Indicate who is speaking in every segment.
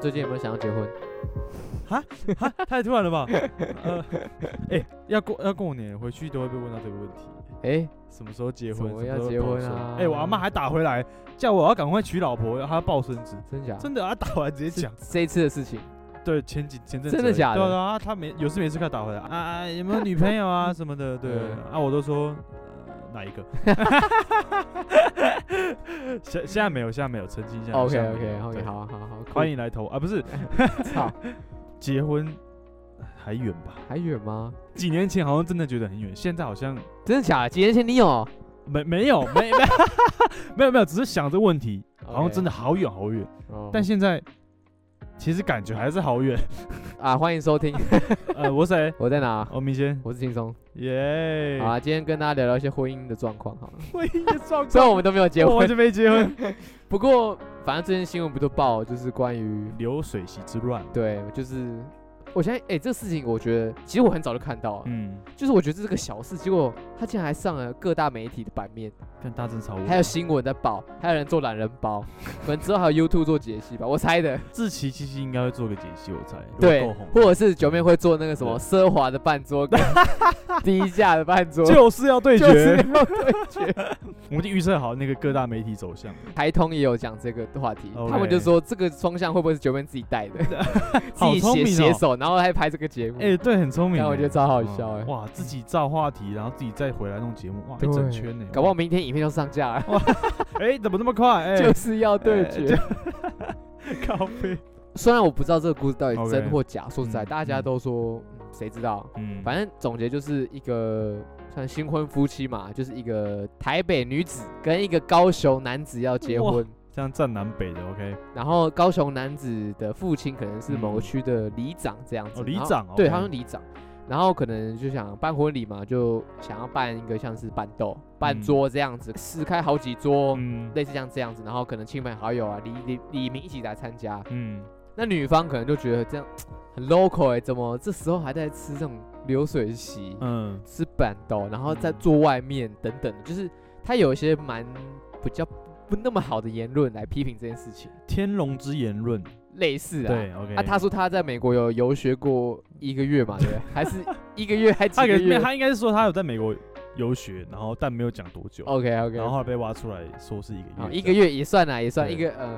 Speaker 1: 最近有没有想要结婚？
Speaker 2: 哈太突然 了吧？呃，哎、要过要过年回去都会被问到这个问题，
Speaker 1: 哎、
Speaker 2: 什么时候结
Speaker 1: 怎
Speaker 2: 婚？
Speaker 1: 么
Speaker 2: 什
Speaker 1: 要
Speaker 2: 时候
Speaker 1: 结
Speaker 2: 抱
Speaker 1: 婚
Speaker 2: 孙
Speaker 1: 啊
Speaker 2: 哎、我阿妈还打回来，叫我要赶快娶老婆，她要抱孙子。
Speaker 1: 真假？
Speaker 2: 真的，她打回来直接
Speaker 1: 是
Speaker 2: 讲。
Speaker 1: 这一次的事情，
Speaker 2: 对，前几前阵子
Speaker 1: 真的
Speaker 2: 而已
Speaker 1: 假
Speaker 2: 对啊
Speaker 1: 的
Speaker 2: 对啊，他没有事没事给他打回来啊啊，有没有女朋 友啊什么的？对
Speaker 1: 嗯
Speaker 2: 啊，我都说、呃哪 一个？现现在没有，现在没有，澄清一下。
Speaker 1: OK
Speaker 2: 现在没有
Speaker 1: OK
Speaker 2: 对
Speaker 1: OK，好好好，酷
Speaker 2: 欢。迎来投 啊，不是
Speaker 1: 操，
Speaker 2: 结婚还远吧？
Speaker 1: 还远吗？
Speaker 2: 几年前好像真的觉得很远，现在好像
Speaker 1: 真的假的？几年前你有？
Speaker 2: 没没有没 没没有没有，只是想这问题，好像
Speaker 1: OK
Speaker 2: 真的好远好远，
Speaker 1: 哦
Speaker 2: 但现在其实感觉还是 好远。
Speaker 1: 啊，欢迎收听，
Speaker 2: 呃，我谁？
Speaker 1: 我在哪？
Speaker 2: 哦，明先，
Speaker 1: 我是轻松。
Speaker 2: 耶！
Speaker 1: 好，啦，今天跟大家聊聊一些婚姻的状况好了。
Speaker 2: 我一个状
Speaker 1: 虽然我们都没有结
Speaker 2: 哦我
Speaker 1: 婚，
Speaker 2: 就没 结婚。
Speaker 1: 不过反正最近新闻不都报，就是关于
Speaker 2: 流水席之乱，
Speaker 1: 对，就是我现在哎、这事情我觉得其实我很早就看到了，
Speaker 2: 嗯，
Speaker 1: 就是我觉得这是个小事，结果他竟然还上了各大媒体的版面，
Speaker 2: 看大正朝
Speaker 1: 还有新闻在报，还有人做懒人包，可能之后还有 YouTube 做解析吧，我猜的，
Speaker 2: 志奇其实应该会做个解析，我猜，如果
Speaker 1: 对
Speaker 2: 够，红，
Speaker 1: 或者是九妹会做那个什么奢华的半 桌跟低价的半 桌，
Speaker 2: 就是要对
Speaker 1: 就是
Speaker 2: 决，
Speaker 1: 要对决。
Speaker 2: 我们已经预测好那个各大媒体走向，
Speaker 1: 台通也有讲这个话题
Speaker 2: OK
Speaker 1: 他们就说这个风向会不会是九妹自己带 的，自
Speaker 2: 好
Speaker 1: 己
Speaker 2: 聪
Speaker 1: 写
Speaker 2: 明
Speaker 1: 写
Speaker 2: 哦
Speaker 1: 手，然后还拍这个节目。
Speaker 2: 哎，对，很聪
Speaker 1: 嗯
Speaker 2: 明欸，
Speaker 1: 但我觉得超好笑
Speaker 2: 嗯
Speaker 1: 欸
Speaker 2: 哇，自己造话题，然后自己再回来弄节目，哇，一
Speaker 1: 对
Speaker 2: 整圈呢，
Speaker 1: 搞不好明天影片就上架了，
Speaker 2: 哇，哎，怎么那么快？哎，
Speaker 1: 就是要对
Speaker 2: 哎
Speaker 1: 决。
Speaker 2: 咖啡，
Speaker 1: 虽然我不知道这个故事到底
Speaker 2: OK
Speaker 1: 真或假，说实在，
Speaker 2: 嗯
Speaker 1: 大家都说嗯谁知道？
Speaker 2: 嗯
Speaker 1: 反正总结就是一个算新婚夫妻嘛，就是一个台北女子跟一个高雄男子要结
Speaker 2: 哇
Speaker 1: 婚，
Speaker 2: 这样站南北的，OK，
Speaker 1: 然后高雄男子的父亲可能是某个
Speaker 2: 嗯
Speaker 1: 区的里长这样子，
Speaker 2: 哦里
Speaker 1: 然后
Speaker 2: 长
Speaker 1: 对，
Speaker 2: OK
Speaker 1: 他是里长，然后可能就想办婚礼嘛，就想要办一个像是办斗、办
Speaker 2: 嗯
Speaker 1: 桌这样子，试开好几桌，
Speaker 2: 嗯
Speaker 1: 类似像这样子，然后可能亲朋好友啊、李李李明一起来参加，
Speaker 2: 嗯，
Speaker 1: 那女方可能就觉得这样很 local 哎、怎么这时候还在吃这种流水席、
Speaker 2: 嗯，
Speaker 1: 吃板豆，然后再
Speaker 2: 嗯
Speaker 1: 坐外面等等的，就是他有一些蛮比较不那么好的言论来批评这件事情，
Speaker 2: 天龙之言论，
Speaker 1: 类似啊。
Speaker 2: 对，OK，
Speaker 1: 啊，他说他在美国有游学过一个月嘛，对不对，还是一个月还几
Speaker 2: 他
Speaker 1: 个
Speaker 2: 给没
Speaker 1: 月
Speaker 2: 有他应该是说他有在美国游学，然后但没有讲多久，
Speaker 1: ？OK 哦 OK，哦
Speaker 2: 然后后来被挖出来说是一个月这样，
Speaker 1: 一个月也算啦，也算
Speaker 2: 对
Speaker 1: 一个呃，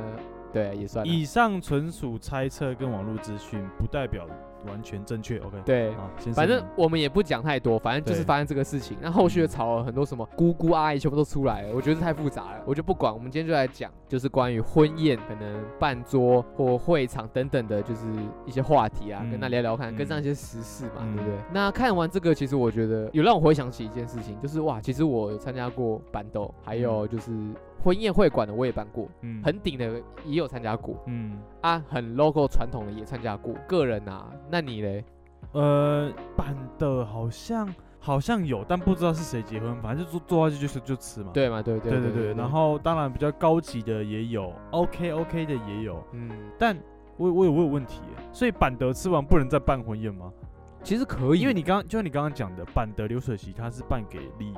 Speaker 1: 对，也算啦。
Speaker 2: 以上纯属猜测跟网络资讯，不代表完全正确。OK，，
Speaker 1: 对，
Speaker 2: 好，先
Speaker 1: 反正
Speaker 2: 声明
Speaker 1: 我们也不讲太多，反正就是
Speaker 2: 对
Speaker 1: 发生这个事情，那后续的
Speaker 2: 嗯
Speaker 1: 吵了很多什么姑姑阿姨全部都出来了，我觉得太复杂了，我就不管。我们今天就来讲，就是关于婚宴可能办桌或会场等等的，就是一些话题啊，
Speaker 2: 嗯
Speaker 1: 跟他聊聊看，
Speaker 2: 嗯
Speaker 1: 跟上一些时事嘛，
Speaker 2: 嗯
Speaker 1: 对不对？那看完这个，其实我觉得有让我回想起一件事情，就是哇，其实我有参加过板斗，还有就是婚宴会馆的我也办过，
Speaker 2: 嗯
Speaker 1: 很顶的也有参加过
Speaker 2: 嗯
Speaker 1: 啊，很 local 传统的也参加过。个人啊，那你嘞？
Speaker 2: 呃版的好像好像有，但不知道是谁结婚，反正就做做下去就是就吃嘛。
Speaker 1: 对嘛？对对
Speaker 2: 对对对，然后当然比较高级的也有，OK OK 的也有，
Speaker 1: 嗯，
Speaker 2: 但我我有我有问题耶，所以板德吃完不能再办婚宴吗？
Speaker 1: 其实可以，
Speaker 2: 因为你刚刚就像你刚刚讲的，板德流水席它是办给李明，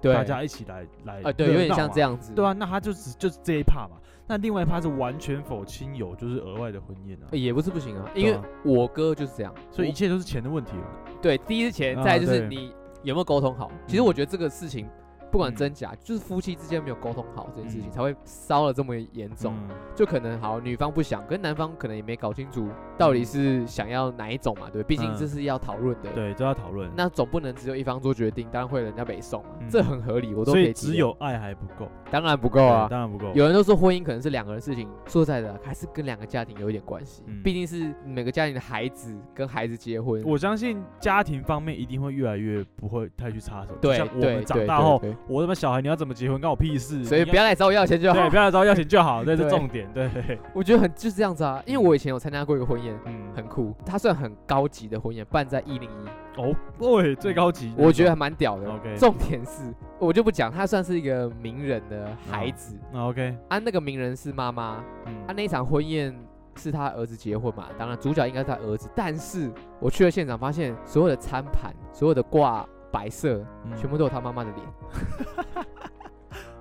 Speaker 1: 对
Speaker 2: 大家一起来来
Speaker 1: 呃，对，有点
Speaker 2: 热闹
Speaker 1: 像
Speaker 2: 嘛
Speaker 1: 这样子，
Speaker 2: 对啊，那他就只就是这一趴嘛。那另外一趴是完全否亲友，就是额外的婚宴啊
Speaker 1: 呃，，也不是不行啊，因
Speaker 2: 对
Speaker 1: 为
Speaker 2: 啊
Speaker 1: 我哥就是这样，
Speaker 2: 所以一
Speaker 1: 我
Speaker 2: 切都是钱的问题了。
Speaker 1: 对第一之前，
Speaker 2: 啊
Speaker 1: 再来就是
Speaker 2: 对
Speaker 1: 你有没有沟通好。其实
Speaker 2: 嗯
Speaker 1: 我觉得这个事情不管
Speaker 2: 嗯
Speaker 1: 真假，就是夫妻之间没有沟通好这件事情，
Speaker 2: 嗯
Speaker 1: 才会烧了这么严重。就可能好，女方不想，跟男方可能也没搞清楚到底是想要哪一种嘛，对，毕竟
Speaker 2: 嗯
Speaker 1: 这是要讨论的。
Speaker 2: 对，都要讨论。
Speaker 1: 那总不能只有一方做决定，当然会人家北送嘛，
Speaker 2: 嗯
Speaker 1: 这很合理，我都
Speaker 2: 所
Speaker 1: 可接
Speaker 2: 以只有爱还不够，
Speaker 1: 当然不够啊
Speaker 2: 对，当然不够。
Speaker 1: 有人都说婚姻可能是两个人的事情，说实在的，还是跟两个家庭有一点关系，
Speaker 2: 嗯
Speaker 1: 毕竟是每个家庭的孩子跟孩子结婚。
Speaker 2: 我相信家庭方面一定会越来越不会太去插手。就
Speaker 1: 对
Speaker 2: 像我
Speaker 1: 对
Speaker 2: 们长
Speaker 1: 对
Speaker 2: 大
Speaker 1: 对
Speaker 2: 后，
Speaker 1: 对
Speaker 2: 我他妈小孩你要怎么结婚，关我屁事。
Speaker 1: 所以
Speaker 2: 你
Speaker 1: 不要来找我要钱就
Speaker 2: 对，
Speaker 1: 好
Speaker 2: 不。要来找我要钱就好，这是
Speaker 1: 对
Speaker 2: 重点。对，
Speaker 1: 我觉得很就是这样子啊，因为我以前有参加过一个婚宴，
Speaker 2: 嗯，
Speaker 1: 很酷，它算很高级的婚宴，办在一零一，
Speaker 2: 哦，对，最高级那种。
Speaker 1: 我觉得还蛮屌的。
Speaker 2: OK
Speaker 1: 重点是我就不讲，他算是一个名人的孩子，
Speaker 2: 啊 OK，
Speaker 1: 啊，那个名人是妈妈，
Speaker 2: 嗯
Speaker 1: 啊，那一场婚宴是他儿子结婚嘛，当然主角应该是他儿子，但是我去了现场，发现所有的餐盘、所有的挂白色，
Speaker 2: 嗯
Speaker 1: 全部都有他妈妈的脸，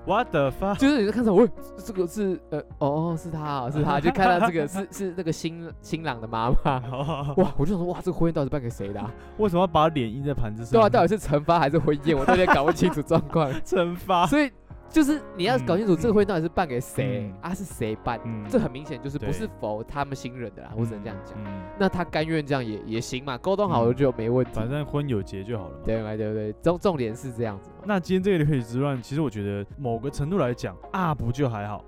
Speaker 2: What the fuck？
Speaker 1: 就是你在看上，喂，这这个是呃，哦，哦是他啊，是他，就看到这个是是那个新新郎的妈妈，哇，我就想说，哇，这个婚宴到底是办给谁的啊、
Speaker 2: 哦为什么要把脸印在盘子上？
Speaker 1: 对啊，到底是惩罚还是婚宴，我有点搞不清楚状 况。
Speaker 2: 惩罚。
Speaker 1: 所以就是你要搞清楚这个婚宴到底是办给谁、
Speaker 2: 嗯
Speaker 1: 啊，是谁办，
Speaker 2: 嗯
Speaker 1: 这很明显就是不
Speaker 2: 对
Speaker 1: 是否他们新人的啦，我只能这样讲。
Speaker 2: 嗯，
Speaker 1: 那他甘愿这样也也行嘛，沟通好
Speaker 2: 嗯
Speaker 1: 了就没问题。
Speaker 2: 反正婚有结就好了嘛。
Speaker 1: 对嘛，对不对？重重点是这样子嘛。
Speaker 2: 那今天这个流血之乱，其实我觉得某个程度来讲，啊不就还好，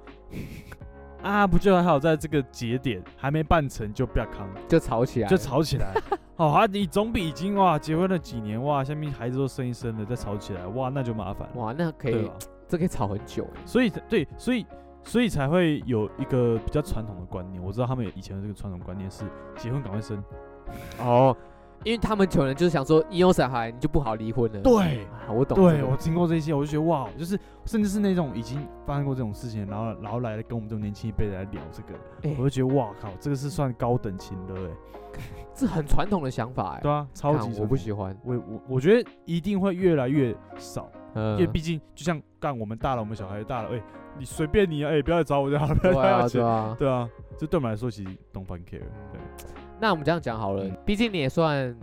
Speaker 2: 啊不就还好，在这个节点还没办成就不要扛，
Speaker 1: 就吵起来，
Speaker 2: 就。吵起来。 哦，啊，你总比已经哇结婚了几年哇，下面孩子都生一生了，再吵起来哇，那就麻烦了，
Speaker 1: 哇，那可
Speaker 2: 对啊
Speaker 1: 以
Speaker 2: 吧，？
Speaker 1: 这可以吵很久。欸
Speaker 2: 所以对，所以所以才会有一个比较传统的观念，我知道他们以前的这个传统观念是结婚赶快生，
Speaker 1: 哦，因为他们可能就是想说，你有小孩你就不好离婚了。
Speaker 2: 对
Speaker 1: 啊，我懂。
Speaker 2: 对我，听过这些，我就觉得哇，就是甚至是那种已经发生过这种事情，然后然后来跟我们这种年轻一辈来聊这个，
Speaker 1: 哎
Speaker 2: 我就觉得哇靠，这个是算高等情了哎、
Speaker 1: 这很传统的想法哎。
Speaker 2: 对啊，超
Speaker 1: 看，
Speaker 2: 级
Speaker 1: 我不
Speaker 2: 行，
Speaker 1: 喜欢。
Speaker 2: 我我我觉得一定会越来越少，
Speaker 1: 嗯
Speaker 2: 因为毕竟就像干我们大了，我们小孩大了，哎、你随便你啊，哎、不要来找我就好了，不要
Speaker 1: 对
Speaker 2: 来
Speaker 1: 啊，
Speaker 2: 找
Speaker 1: 对
Speaker 2: 我
Speaker 1: 啊。
Speaker 2: 对啊，这对我们来说其实 don't fucking care，对，
Speaker 1: 那我们这样讲好了
Speaker 2: 嗯，
Speaker 1: 毕竟你也算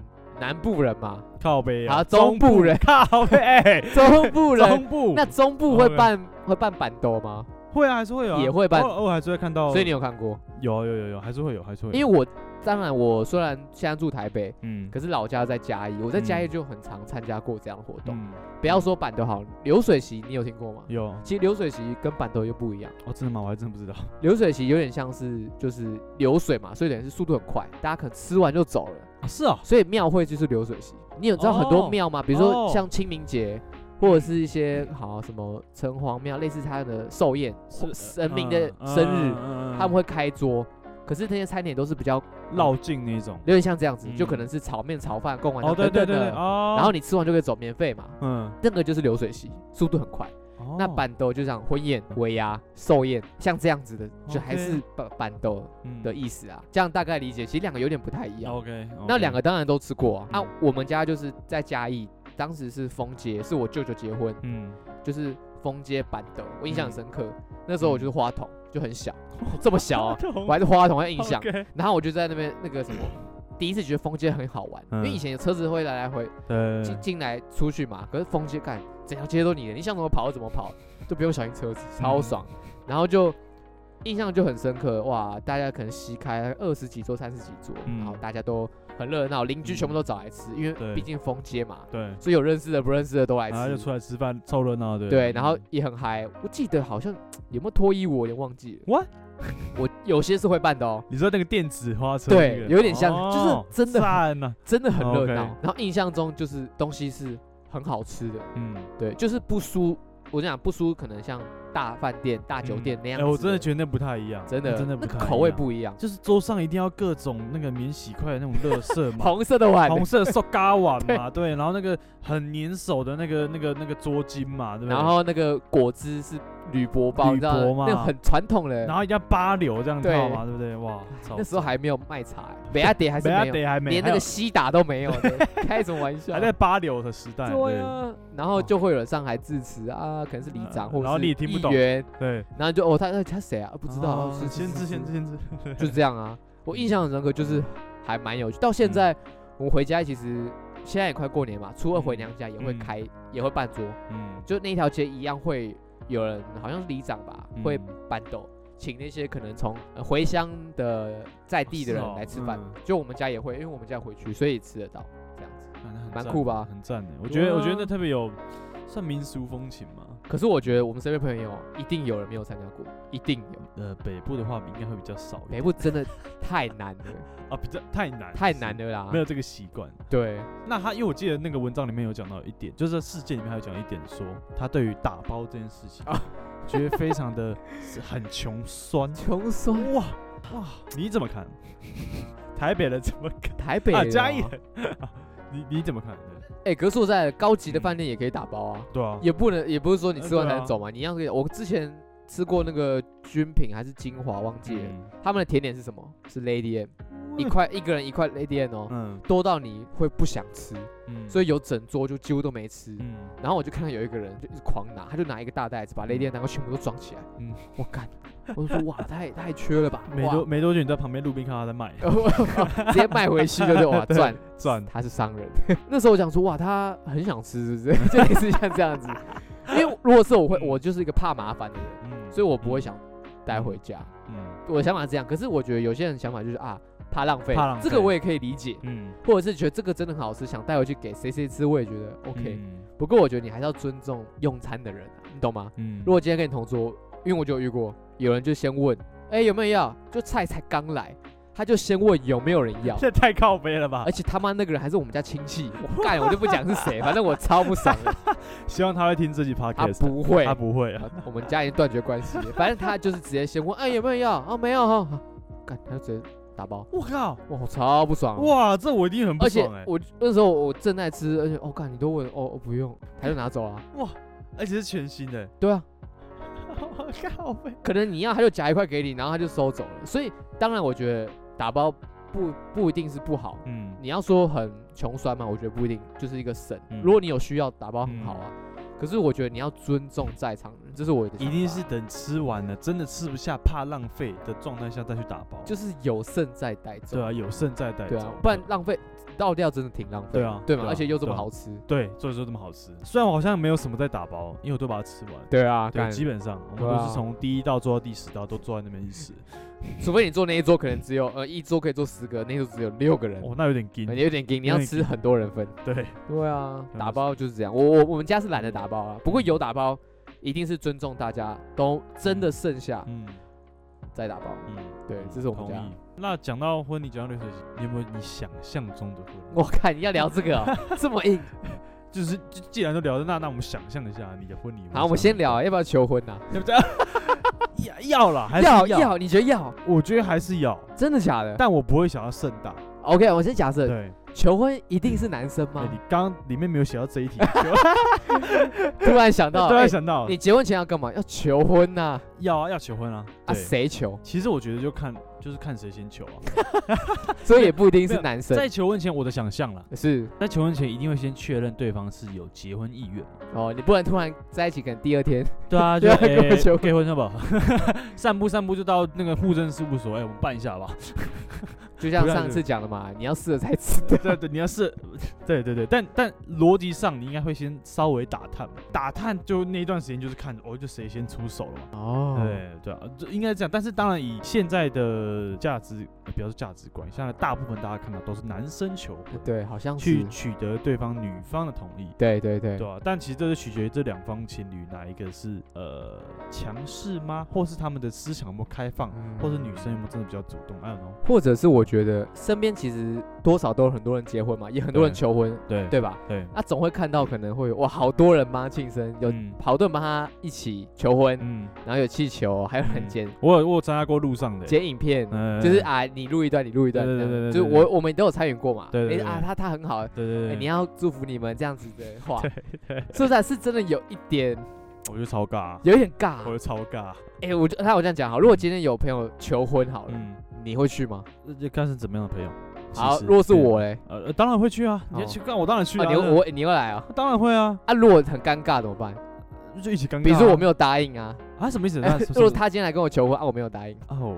Speaker 1: 南部人 嘛，
Speaker 2: 靠背啊，
Speaker 1: 好嗯中部人
Speaker 2: 靠背，哎
Speaker 1: 中部人。
Speaker 2: 中部哦
Speaker 1: 那中部会办会办板斗吗？
Speaker 2: 会啊，还是会有啊、
Speaker 1: 也会办
Speaker 2: 偶尔偶尔还是会看到，
Speaker 1: 所以你有看过？
Speaker 2: 有有有有，还是会有，还是会有，
Speaker 1: 因为我当然我虽然现在住台北，
Speaker 2: 嗯
Speaker 1: 可是老家在嘉义，我在嘉义
Speaker 2: 嗯
Speaker 1: 就很常参加过这样的活动。
Speaker 2: 嗯
Speaker 1: 不要说板斗好了，流水席你有听过吗？
Speaker 2: 有
Speaker 1: 其实流水席跟板斗又不一样，
Speaker 2: 哦，真的吗？我还真不知道。
Speaker 1: 流水席有点像是就是流水嘛，所以等于是速度很快，大家可能吃完就走了。
Speaker 2: 是哦，
Speaker 1: 所以庙会就是流水席，你有知道很多
Speaker 2: 哦
Speaker 1: 庙吗？比如
Speaker 2: 哦
Speaker 1: 说像清明节，或者是一些好什么城隍庙，类似他的寿宴、
Speaker 2: 哦
Speaker 1: 或神明的
Speaker 2: 嗯
Speaker 1: 生日，
Speaker 2: 日
Speaker 1: 他们会开桌。可是那些餐点都是比较
Speaker 2: 嗯绕境那种。
Speaker 1: 有点像这样子，
Speaker 2: 嗯
Speaker 1: 就可能是炒面、炒饭、贡丸
Speaker 2: 哦，
Speaker 1: 汤
Speaker 2: 对
Speaker 1: 等
Speaker 2: 对
Speaker 1: 等
Speaker 2: 对对，
Speaker 1: 的。
Speaker 2: 哦，
Speaker 1: 然后你吃完就可以走，免费嘛。
Speaker 2: 嗯，
Speaker 1: 那个就是流水席，速度很快。
Speaker 2: 哦
Speaker 1: 那板豆就像婚宴、尾牙、寿宴，像这样子的，就
Speaker 2: OK
Speaker 1: 还是板板豆
Speaker 2: 嗯
Speaker 1: 的意思啊。这样大概理解，其实两个有点不太一样。
Speaker 2: OK，
Speaker 1: 那两个当然都吃过啊。啊
Speaker 2: 嗯，
Speaker 1: 我们家就是在嘉义，当时是封街，是我舅舅结婚，
Speaker 2: 嗯，，
Speaker 1: 就是封街板豆，我印象很深刻。那时候我就是花童，就很小， 这么小啊
Speaker 2: 我
Speaker 1: 我还是花童，还有印 象。
Speaker 2: 对
Speaker 1: 然后我就在那边那个什么，第一次觉得封街很好玩，因为
Speaker 2: 嗯
Speaker 1: 以前车子会来来回
Speaker 2: 对
Speaker 1: 进进来出去嘛，可是封街干整条街都你的，你想怎么跑就怎么跑，都不用小心车子，超
Speaker 2: 嗯
Speaker 1: 爽。然后就印象就很深刻，哇，大家可能席开二十几桌、三十几桌，
Speaker 2: 嗯
Speaker 1: 然后大家都很热闹，邻居全部都找来吃，因
Speaker 2: 对
Speaker 1: 为毕竟封街嘛，
Speaker 2: 对，
Speaker 1: 所以有认识的、不认识的都来
Speaker 2: 然后就
Speaker 1: 吃。
Speaker 2: 出来吃饭凑热闹，对嗯
Speaker 1: 对，然后也很嗨。我记得好像有没有脱衣舞，我有点忘记了。
Speaker 2: What？
Speaker 1: 我有些是会办的哦，
Speaker 2: 你说那个电子花车那
Speaker 1: 对
Speaker 2: 个，
Speaker 1: 有点像
Speaker 2: 哦
Speaker 1: 就是真的
Speaker 2: 赞呐，
Speaker 1: 真的很热
Speaker 2: 哦 OK
Speaker 1: 闹。然后印象中就是东西是很好吃的，
Speaker 2: 嗯，
Speaker 1: 对，就是不输，我跟你讲不输，可能像大饭店、大酒店那样
Speaker 2: 哎，
Speaker 1: 子。
Speaker 2: 我真的觉得那不太一样，
Speaker 1: 真的
Speaker 2: 真的不
Speaker 1: 那个
Speaker 2: 太
Speaker 1: 口味
Speaker 2: 一样，
Speaker 1: 不一样，
Speaker 2: 就是桌上一定要各种那个免洗筷的那种乐色嘛，
Speaker 1: 红色的碗，
Speaker 2: 红色塑胶碗 嘛，对，然后那个很粘手的那个那个那个桌巾嘛，对不对？
Speaker 1: 然后那个果汁是铝箔包，
Speaker 2: 铝
Speaker 1: 你知道
Speaker 2: 箔嘛
Speaker 1: 那个很传统的。
Speaker 2: 然后一定要八流这样
Speaker 1: 对
Speaker 2: 套嘛，对不对？哇，超
Speaker 1: 那时候还没有卖茶、欸，北亚蝶还是
Speaker 2: 没啊
Speaker 1: 没有，
Speaker 2: 得还没
Speaker 1: 连
Speaker 2: 还
Speaker 1: 那个
Speaker 2: 有
Speaker 1: 西打都 没有的，开什么玩笑？
Speaker 2: 还在八流的时代，
Speaker 1: 对
Speaker 2: 对
Speaker 1: 啊，然后就会有人上台致辞啊，可能是里长
Speaker 2: 嗯
Speaker 1: 或
Speaker 2: 然后
Speaker 1: 者
Speaker 2: 你
Speaker 1: 是
Speaker 2: 也听不
Speaker 1: 议
Speaker 2: 懂
Speaker 1: 员，
Speaker 2: 对，
Speaker 1: 然后就哦他他他谁啊？不
Speaker 2: 不
Speaker 1: 知道啊，是
Speaker 2: 先知先，
Speaker 1: 是
Speaker 2: 知先知，
Speaker 1: 是就是这样啊。我印象很深刻，就是还蛮有趣。到
Speaker 2: 嗯
Speaker 1: 现在我们回家，其实现在也快过年嘛，初二回娘家也会
Speaker 2: 嗯
Speaker 1: 开，也会办桌，
Speaker 2: 嗯，
Speaker 1: 就那条街一样会有人，好像是里长吧，会
Speaker 2: 嗯
Speaker 1: 搬斗，请那些可能从呃回乡的在地的
Speaker 2: 是哦
Speaker 1: 人来吃饭
Speaker 2: 嗯。
Speaker 1: 就我们家也会，因为我们家回去，所以吃得到这样子。
Speaker 2: 看那很
Speaker 1: 蛮
Speaker 2: 赞
Speaker 1: 酷吧
Speaker 2: 很赞的，我
Speaker 1: 对
Speaker 2: 觉得我觉得
Speaker 1: 啊
Speaker 2: 那特别有算民俗风情嘛，
Speaker 1: 可是我觉得我们身边朋友一定有人没有参加过，一定有。
Speaker 2: 呃，北部的话应该会比较少一点，
Speaker 1: 北部真的太难了，
Speaker 2: 啊比较太难
Speaker 1: 太
Speaker 2: 是
Speaker 1: 难了啦。
Speaker 2: 没有这个习惯。
Speaker 1: 对，
Speaker 2: 那他因为我记得那个文章里面有讲到一点，就是事件里面还有讲一点说，他对于打包这件事情
Speaker 1: 啊，
Speaker 2: 觉得非常的很穷酸。
Speaker 1: 穷酸
Speaker 2: 哇哇，你怎么看？ 台北人怎么看？
Speaker 1: 台北哦
Speaker 2: 啊，
Speaker 1: 人
Speaker 2: 嘉义人， 你你怎么看？对
Speaker 1: 哎，可是说实在的高级的饭店也可以打包啊，
Speaker 2: 对啊，
Speaker 1: 也不能也不是说你吃完才
Speaker 2: 呃对
Speaker 1: 能
Speaker 2: 啊
Speaker 1: 走嘛，你一样可以。我之前吃过那个军品还是金华忘记了，
Speaker 2: 嗯
Speaker 1: 他们的甜点是什么？是 Lady M，一块一个人一块 Lady N 哦，
Speaker 2: 嗯
Speaker 1: 多到你会不想吃，
Speaker 2: 嗯，
Speaker 1: 所
Speaker 2: 以
Speaker 1: 以有整桌就几乎都没吃。
Speaker 2: 嗯，
Speaker 1: 然后我就看到有一个人就一直狂拿，他就拿一个大袋子把 Lady N 蛋糕全部都装起来。嗯
Speaker 2: 嗯，
Speaker 1: 我干，我就说哇，太太缺了吧，
Speaker 2: 没
Speaker 1: 哇哦
Speaker 2: 多没多久你在旁边路边看他在卖
Speaker 1: 直接卖回去就是哇
Speaker 2: 对
Speaker 1: 赚。
Speaker 2: 赚，
Speaker 1: 他是商人，那时候我想说哇，他很想吃，是不是？就类似像这样子，因为如果是我会，我就是一个怕麻烦的人，
Speaker 2: 嗯，
Speaker 1: 所以我不会想带回家。
Speaker 2: 嗯
Speaker 1: 我的想法是这样，可是我觉得有些人想法就是啊，怕浪费，
Speaker 2: 怕浪费
Speaker 1: 这个我也可以理解，
Speaker 2: 嗯
Speaker 1: 或者是觉得这个真的很好吃，想带回去给谁谁吃，我也觉得 OK、
Speaker 2: 嗯
Speaker 1: 不过我觉得你还是要尊重用餐的人啊、你懂吗？
Speaker 2: 嗯，
Speaker 1: 如果今天跟你同桌，因为我就有遇过，有人就先问，哎、有没有要？就菜才刚来，他就先问有没有人要
Speaker 2: 这。太靠背了吧
Speaker 1: 而？且他妈那个人还是我们家亲戚， 我干我就不讲是谁，反正我超不爽的。
Speaker 2: 希望他会听这集
Speaker 1: 他
Speaker 2: podcast，
Speaker 1: 不会，
Speaker 2: 他不会啊，
Speaker 1: 我们家已经断绝关系了。反正他就是直接先问，哎有没有要？哦没有哈，好干他就直接打包，
Speaker 2: 我靠，
Speaker 1: 哇我超不爽。
Speaker 2: 哇，这我一定很不
Speaker 1: 而且
Speaker 2: 爽哎，
Speaker 1: 我那时候我正在吃，而且哦干你都问哦哦不 用，他就拿走了。啊
Speaker 2: 而且是全新的，
Speaker 1: 对啊，
Speaker 2: 我 靠背，
Speaker 1: 可能你要他就夹一块给你，然后他就收走了。所以当然我觉得打包不不一定是不好，
Speaker 2: 嗯
Speaker 1: 你要说很穷酸嘛，我觉得不一定，就是一个省。
Speaker 2: 嗯
Speaker 1: 如果你有需要，打包很好啊。可是我觉得你要尊重在场人，这是我的想法。
Speaker 2: 一定是等吃完了，真的吃不下，怕浪费的状态下再去打包。
Speaker 1: 就是有剩再带走。
Speaker 2: 对啊，有剩再带走。
Speaker 1: 对啊，不然浪费倒掉真的挺浪费。
Speaker 2: 对啊
Speaker 1: 对嘛，
Speaker 2: 对啊
Speaker 1: 而且又这么
Speaker 2: 对啊
Speaker 1: 好吃。
Speaker 2: 对，所以说这么好吃。虽然我好像没有什么在打包，因为我都把它吃完。
Speaker 1: 对啊，
Speaker 2: 对，
Speaker 1: 干
Speaker 2: 基本上我
Speaker 1: 对
Speaker 2: 们
Speaker 1: 啊
Speaker 2: 都是从第一道做到第十道，都坐在那边一起 吃。
Speaker 1: 除非你坐那一桌，可能只有呃一桌可以坐十个，那一桌只有六个人，
Speaker 2: 哦，那有点劲
Speaker 1: 呃。有点给你要
Speaker 2: 有点
Speaker 1: 吃很多人分。
Speaker 2: 对，
Speaker 1: 对啊，
Speaker 2: 嗯
Speaker 1: 打包就是这样。我我我们家是懒得打包啊，不过有打包，一定是尊重大家，都真的剩下
Speaker 2: 嗯
Speaker 1: 再打包。
Speaker 2: 嗯，
Speaker 1: 对
Speaker 2: 嗯
Speaker 1: 这是我们
Speaker 2: 同
Speaker 1: 家
Speaker 2: 意。那讲到婚礼，讲到流水席，你有没有你想象中的婚礼？
Speaker 1: 我看你要聊这个 哦、这么硬。
Speaker 2: 就是，就既然都聊到那，那我们想象一下你的婚礼。
Speaker 1: 好，我们先聊啊，
Speaker 2: 哎，
Speaker 1: 要不要求婚呐、
Speaker 2: 对不 对？要要啦，还是
Speaker 1: 要，你觉得要？
Speaker 2: 我觉得还是要，
Speaker 1: 真的假的
Speaker 2: 但我不会想要盛大。
Speaker 1: ？OK，我先假设
Speaker 2: 对，
Speaker 1: 求婚一定是男生
Speaker 2: 哎
Speaker 1: 吗
Speaker 2: 你？刚里面没有写到这 一题，
Speaker 1: 突然想到，
Speaker 2: 突然
Speaker 1: 哎
Speaker 2: 想到
Speaker 1: 你结婚前要干嘛？要求婚呐、
Speaker 2: 要啊，要求婚啊。
Speaker 1: 啊，
Speaker 2: 对，
Speaker 1: 谁求？
Speaker 2: 其实我觉得就看就是看谁先求啊。
Speaker 1: 所以也不一定
Speaker 2: 没
Speaker 1: 是
Speaker 2: 有
Speaker 1: 男生，
Speaker 2: 在求婚前，我的想象啦，
Speaker 1: 是
Speaker 2: 在求婚前一定会先确认对方是有结婚意愿。
Speaker 1: 哦，你不能突然在一起，可能第二 天
Speaker 2: 对啊，就
Speaker 1: 对啊跟我
Speaker 2: 哎
Speaker 1: 求婚
Speaker 2: 结婚了吧？ 散步散步就到那个户政事务所，哎，我们办一下吧。
Speaker 1: 就像
Speaker 2: 不然
Speaker 1: 上
Speaker 2: 就
Speaker 1: 次讲的嘛，你要试了才知道。
Speaker 2: 对对，你要是，对对对，但但逻辑上你应该会先稍微打探吧，打探就那一段时间就是看哦，就谁先出手了嘛。
Speaker 1: 哦，
Speaker 2: 对对啊，就应该这样。但是当然，以现在的价值，呃不要说价值观，现在大部分大家看到都是男生求婚，
Speaker 1: 对，好像是
Speaker 2: 去，取得对方女方的同意，
Speaker 1: 对对对
Speaker 2: 对啊，但其实这是取决于这两方情侣哪一个是呃强势吗，或是他们的思想有没有开放，
Speaker 1: 嗯
Speaker 2: 或是女生有没有真的比较主动？I don't know。
Speaker 1: 或者是我觉得身边其实多少都有很多人结婚嘛，也很多人
Speaker 2: 对
Speaker 1: 求婚，
Speaker 2: 对
Speaker 1: 对吧？
Speaker 2: 对，
Speaker 1: 啊，总会看到可能会有哇，好多人帮他庆生，有
Speaker 2: 嗯
Speaker 1: 好多人帮他一起求婚，
Speaker 2: 嗯，
Speaker 1: 然后有气球，还有人剪、
Speaker 2: 我有我有参加过路上的，
Speaker 1: 剪影片，
Speaker 2: 嗯
Speaker 1: 就是啊，你录一段，你录一段，
Speaker 2: 对对
Speaker 1: 这样
Speaker 2: 对对对
Speaker 1: 就是
Speaker 2: 对
Speaker 1: 我我们都有参与过嘛，
Speaker 2: 对对
Speaker 1: 诶
Speaker 2: 对
Speaker 1: 啊，
Speaker 2: 对
Speaker 1: 他他很好，
Speaker 2: 对对
Speaker 1: 诶
Speaker 2: 对，
Speaker 1: 哎你要祝福你们这样子的话，
Speaker 2: 对对，
Speaker 1: 是不是啊、是真的有一点
Speaker 2: 我就超尬，啊
Speaker 1: 有一点尬啊
Speaker 2: 我，就超尬，啊
Speaker 1: 哎、我就那我这样讲好，如果今天有朋友求婚好了，
Speaker 2: 嗯，
Speaker 1: 你会去吗？
Speaker 2: 那就看是怎么样的朋友。
Speaker 1: 好，
Speaker 2: 其实
Speaker 1: 如果是我，嘞，
Speaker 2: 对呃，呃当然会去啊，你要
Speaker 1: 哦
Speaker 2: 去干，我当然去
Speaker 1: 啊，
Speaker 2: 啊，
Speaker 1: 你
Speaker 2: 那
Speaker 1: 会我你会来啊？
Speaker 2: 当然会啊，
Speaker 1: 啊，如果很尴尬怎么办？
Speaker 2: 就一起尴尬啊。
Speaker 1: 比如说我没有答应啊，
Speaker 2: 啊，什么 意思？那
Speaker 1: 如果他今天来跟我求婚啊，我没有答应，
Speaker 2: 哦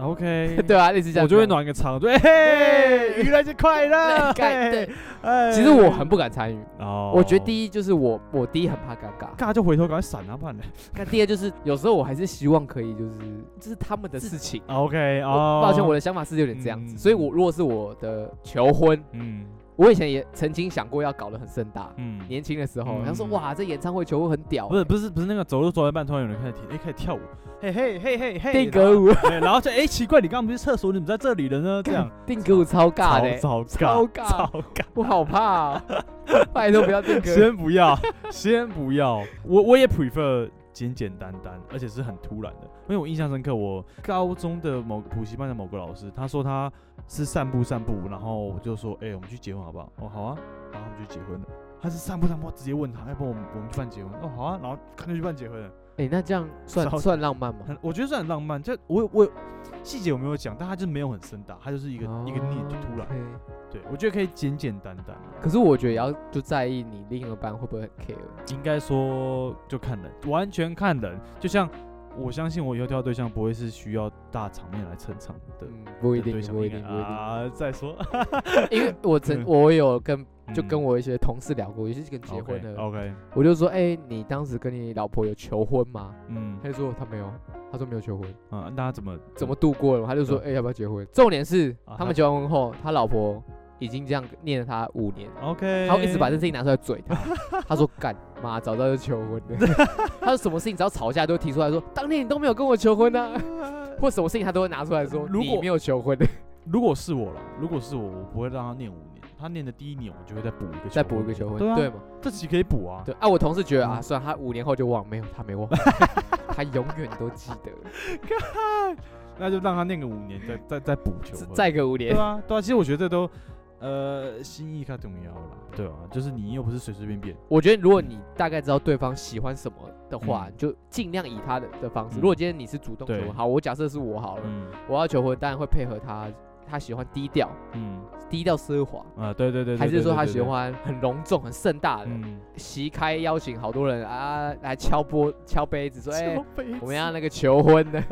Speaker 2: ，OK，
Speaker 1: 对啊，类似这样子啊，
Speaker 2: 我就会暖一个场，对，嘿愚人节 快乐。
Speaker 1: 干对，
Speaker 2: 哎
Speaker 1: 其实我很不敢参与。
Speaker 2: 哦，
Speaker 1: 我觉得第一就是我，我第一很怕尴尬。
Speaker 2: 尬就回头赶快闪啊，不然呢
Speaker 1: 那第二就是有时候我还是希望可以，就是这是他们的事情。
Speaker 2: OK
Speaker 1: 我
Speaker 2: 哦，
Speaker 1: 抱歉，我的想法是有点这样子，
Speaker 2: 嗯
Speaker 1: 所以我如果是我的求婚，
Speaker 2: 嗯
Speaker 1: 我以前也曾经想过要搞得很盛大。
Speaker 2: 嗯，
Speaker 1: 年轻的时候，
Speaker 2: 嗯
Speaker 1: 想说哇，这演唱会求婚很屌欸，
Speaker 2: 不是不是不是那个走路走到一半，突然有人开始跳，哎，开始跳舞，嘿嘿嘿嘿嘿，
Speaker 1: 定格舞，
Speaker 2: 对，然后就哎、奇怪，你刚刚不是厕所，你怎么在这里了呢？这样
Speaker 1: 定格舞超尬的欸，
Speaker 2: 超尬，
Speaker 1: 超尬
Speaker 2: 超尬。
Speaker 1: 我好怕哦，拜托不要 定格舞。
Speaker 2: 先不要，先不要，我我也 prefer 简简单单，而且是很突然的。因为我印象深刻，我高中的某个补习班的某个老师，他说他是散步散步，然后我就说，哎、我们去结婚好不好？哦，好啊，然哎后我们就结婚了。他是散步散步，直接问他，要不我们我们去办结婚？哦，好啊，然后他就去办结婚了。
Speaker 1: 哎、那这样算
Speaker 2: 少
Speaker 1: 算浪漫吗？
Speaker 2: 很我觉得算很浪漫。就我我细节我没有讲，但他就是没有很盛大，他 就是一
Speaker 1: 哦
Speaker 2: 个、一个念就突然。
Speaker 1: OK
Speaker 2: 对我觉得可以简简单单，
Speaker 1: 可是我觉得也要就在意你另一半会不会很 care。
Speaker 2: 应该说就看人，完全看人。就像我相信我以后挑对象不会是需要大场面来撑场的。
Speaker 1: 嗯，不一
Speaker 2: 的
Speaker 1: 定
Speaker 2: 对，象
Speaker 1: 不一
Speaker 2: 应该
Speaker 1: 定，不一定。
Speaker 2: 啊！再说，
Speaker 1: 因为我曾
Speaker 2: 嗯
Speaker 1: 我有跟 就
Speaker 2: 嗯
Speaker 1: 跟我一些同事聊过，也是跟结婚的，
Speaker 2: OK，哦
Speaker 1: 我就说，哎、你当时跟你老婆有求婚吗？
Speaker 2: 嗯
Speaker 1: 他就说他没有，他说没有求婚，
Speaker 2: 啊，那他怎么
Speaker 1: 怎么度过了？他就说，哎、要不要结婚？重点是
Speaker 2: 啊
Speaker 1: 他
Speaker 2: 他
Speaker 1: 们结完婚后，他老婆已经这样念了他五年。
Speaker 2: OK？
Speaker 1: 他会一直把这事情拿出来嘴他，他说干妈早知道就求婚 了。他说什么事情只要吵架都会提出来说，当年你都没有跟我求婚啊，或什么事情他都会拿出来说，
Speaker 2: 如果
Speaker 1: 你没有求婚，
Speaker 2: 如果是我了，如果是我，我不会让他念五年，他念的第一年，我就会再补一个，
Speaker 1: 再补一个求婚，
Speaker 2: 对啊，
Speaker 1: 对吗？
Speaker 2: 这期可以补啊，
Speaker 1: 对啊，我同事觉得啊，
Speaker 2: 嗯
Speaker 1: 算了，他五年后就忘，没有他没 忘，他永远都记得，
Speaker 2: 那就让他念个五年，再 再再补求婚，
Speaker 1: 再个五
Speaker 2: 对
Speaker 1: 年。
Speaker 2: 啊，对啊，其实我觉得这都呃心意太重要了，对啊，就是你又不是随随便便，
Speaker 1: 我觉得如果你大概知道对方喜欢什么的话，
Speaker 2: 嗯
Speaker 1: 你就尽量以他的的方式。
Speaker 2: 嗯
Speaker 1: 如果今天你是主动求
Speaker 2: 对
Speaker 1: 婚，好，我假设是我好了，
Speaker 2: 嗯
Speaker 1: 我要求婚，当然会配合他，他喜欢低调，
Speaker 2: 嗯
Speaker 1: 低调奢华。
Speaker 2: 啊，对对对，对
Speaker 1: 还是说他喜，
Speaker 2: 对对对对
Speaker 1: 欢很隆重、很盛大的，
Speaker 2: 嗯，
Speaker 1: 席开邀请好多人啊来敲波敲杯子，说哎、
Speaker 2: 敲 杯子
Speaker 1: 我们要那个求婚 的，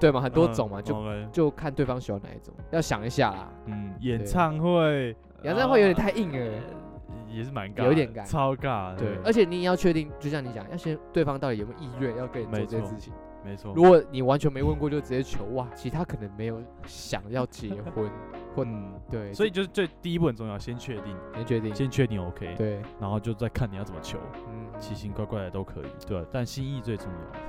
Speaker 1: 对嘛，很多种嘛，
Speaker 2: 嗯
Speaker 1: 就
Speaker 2: OK，
Speaker 1: 就看对方喜欢哪一种，要想一下啦。
Speaker 2: 嗯，演唱会，
Speaker 1: 演唱会有点
Speaker 2: 啊
Speaker 1: 太硬了，
Speaker 2: 也是蛮尬的，
Speaker 1: 有点尬
Speaker 2: 超尬的，
Speaker 1: 对，而且你也要确定，就像你讲，要先对方到底有没有意愿要跟你做
Speaker 2: 没
Speaker 1: 这件
Speaker 2: 错
Speaker 1: 事情。
Speaker 2: 没错
Speaker 1: 如，果你完全没问过就直接求哇，其实他可能没有想要结婚，或
Speaker 2: 嗯，
Speaker 1: 对，
Speaker 2: 所以就是最第一步很重要，先确定，
Speaker 1: 没决定，
Speaker 2: 先确定 OK，
Speaker 1: 嗯对，
Speaker 2: 然后就再看你要怎么求，
Speaker 1: 嗯，
Speaker 2: 奇形怪怪的都可以，对，啊但心意最重要。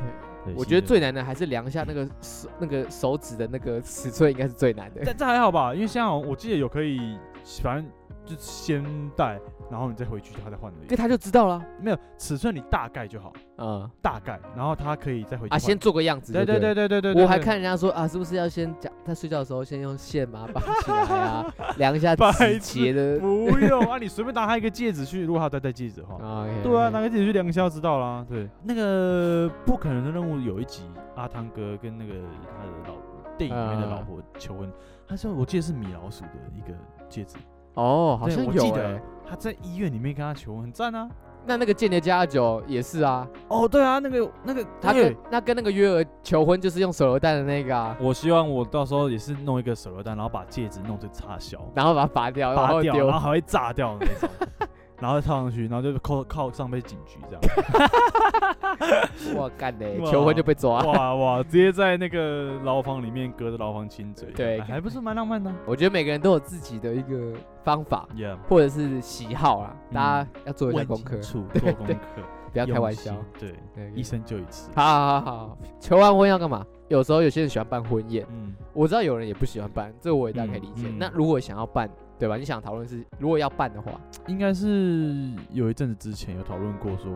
Speaker 2: 对
Speaker 1: 我觉得，最
Speaker 2: 心意
Speaker 1: 难的还是量一下那个手那个手指的那个尺寸，应该是最难的。
Speaker 2: 但这还好吧，因为像我记得有可以，反正就先戴，然后你再回去，他再换而
Speaker 1: 跟
Speaker 2: 已。
Speaker 1: 他就知道了，
Speaker 2: 没有尺寸，你大概就好，
Speaker 1: 嗯
Speaker 2: 大概，然后他可以再回去
Speaker 1: 啊，
Speaker 2: 换
Speaker 1: 先。做个样子。
Speaker 2: 对对
Speaker 1: 对
Speaker 2: 对
Speaker 1: 了。
Speaker 2: 对对对，对
Speaker 1: 我还看人家说啊，是不是要先讲他睡觉的时候先用线把它绑起来 啊，量一下
Speaker 2: 白
Speaker 1: 指节的
Speaker 2: 不用啊，你随便拿他一个戒指去，如果他有再戴戒指的话，
Speaker 1: 啊。OK，
Speaker 2: 对啊，
Speaker 1: OK
Speaker 2: 拿个戒指去量一下就知道啦。对，那个不可能的任务有一集，阿汤哥跟那个他的老婆电影里面的
Speaker 1: 啊
Speaker 2: 老婆求婚，他说我记得是米老鼠的一个戒指，
Speaker 1: 哦，好
Speaker 2: 对
Speaker 1: 像
Speaker 2: 我
Speaker 1: 有
Speaker 2: 记
Speaker 1: 欸
Speaker 2: 得他在医院里面跟他求婚，很赞啊。
Speaker 1: 那那个间谍加酒也是啊，
Speaker 2: 哦，对啊，那个那个
Speaker 1: 他
Speaker 2: 对
Speaker 1: 跟那跟那个约尔求婚就是用手榴弹的那个 啊，
Speaker 2: 我希望我到时候也是弄一个手榴弹，然后把戒指弄成插销，
Speaker 1: 然后把它拔掉，然
Speaker 2: 拔
Speaker 1: 后
Speaker 2: 掉，
Speaker 1: 丢
Speaker 2: 然后还会炸掉的那种。然后套上去，然后就靠靠上被警局这样，
Speaker 1: 哇干嘞，
Speaker 2: 哇
Speaker 1: 求婚就被抓。
Speaker 2: 哇哇，直接在那个牢房里面隔着牢房亲嘴，
Speaker 1: 对
Speaker 2: 哎还不是蛮浪漫的。
Speaker 1: 我觉得每个人都有自己的一个方法
Speaker 2: Yeah，
Speaker 1: 或者是喜好啦，
Speaker 2: 嗯
Speaker 1: 大家要做一下
Speaker 2: 问
Speaker 1: 功课
Speaker 2: 清，楚，做功课，
Speaker 1: 不要开玩笑
Speaker 2: 用。心，对，
Speaker 1: 对
Speaker 2: 一生就一次。
Speaker 1: 好好好好，求完婚要干嘛？有时候有些人喜欢办婚宴，
Speaker 2: 嗯，
Speaker 1: 我知道有人也不喜欢办，这我也大概可以理解。
Speaker 2: 嗯嗯
Speaker 1: 那如果想要办，对吧？你想讨论是，如果要办的话，
Speaker 2: 应该是有一阵子之前有讨论过说，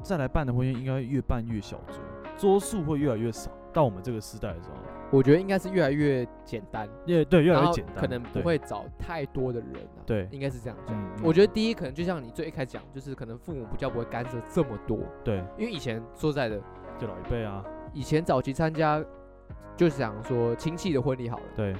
Speaker 2: 再来办的婚宴应该越办越小桌，桌数会越来越少。到我们这个时代的时候，
Speaker 1: 我觉得应该是越来越简单，
Speaker 2: 越对越来
Speaker 1: 然
Speaker 2: 越
Speaker 1: 后
Speaker 2: 简单，
Speaker 1: 可能不
Speaker 2: 对，
Speaker 1: 会找太多的人啊。
Speaker 2: 对
Speaker 1: 应该是这样讲。
Speaker 2: 嗯，
Speaker 1: 我
Speaker 2: 得
Speaker 1: 觉得第一，可能就像你最一开始讲，就是可能父母比较不会干涉这么多，
Speaker 2: 嗯对，
Speaker 1: 因为以前说实在的，
Speaker 2: 就老一辈啊，
Speaker 1: 以前早期参加，就是想说亲戚的婚礼好了，
Speaker 2: 对，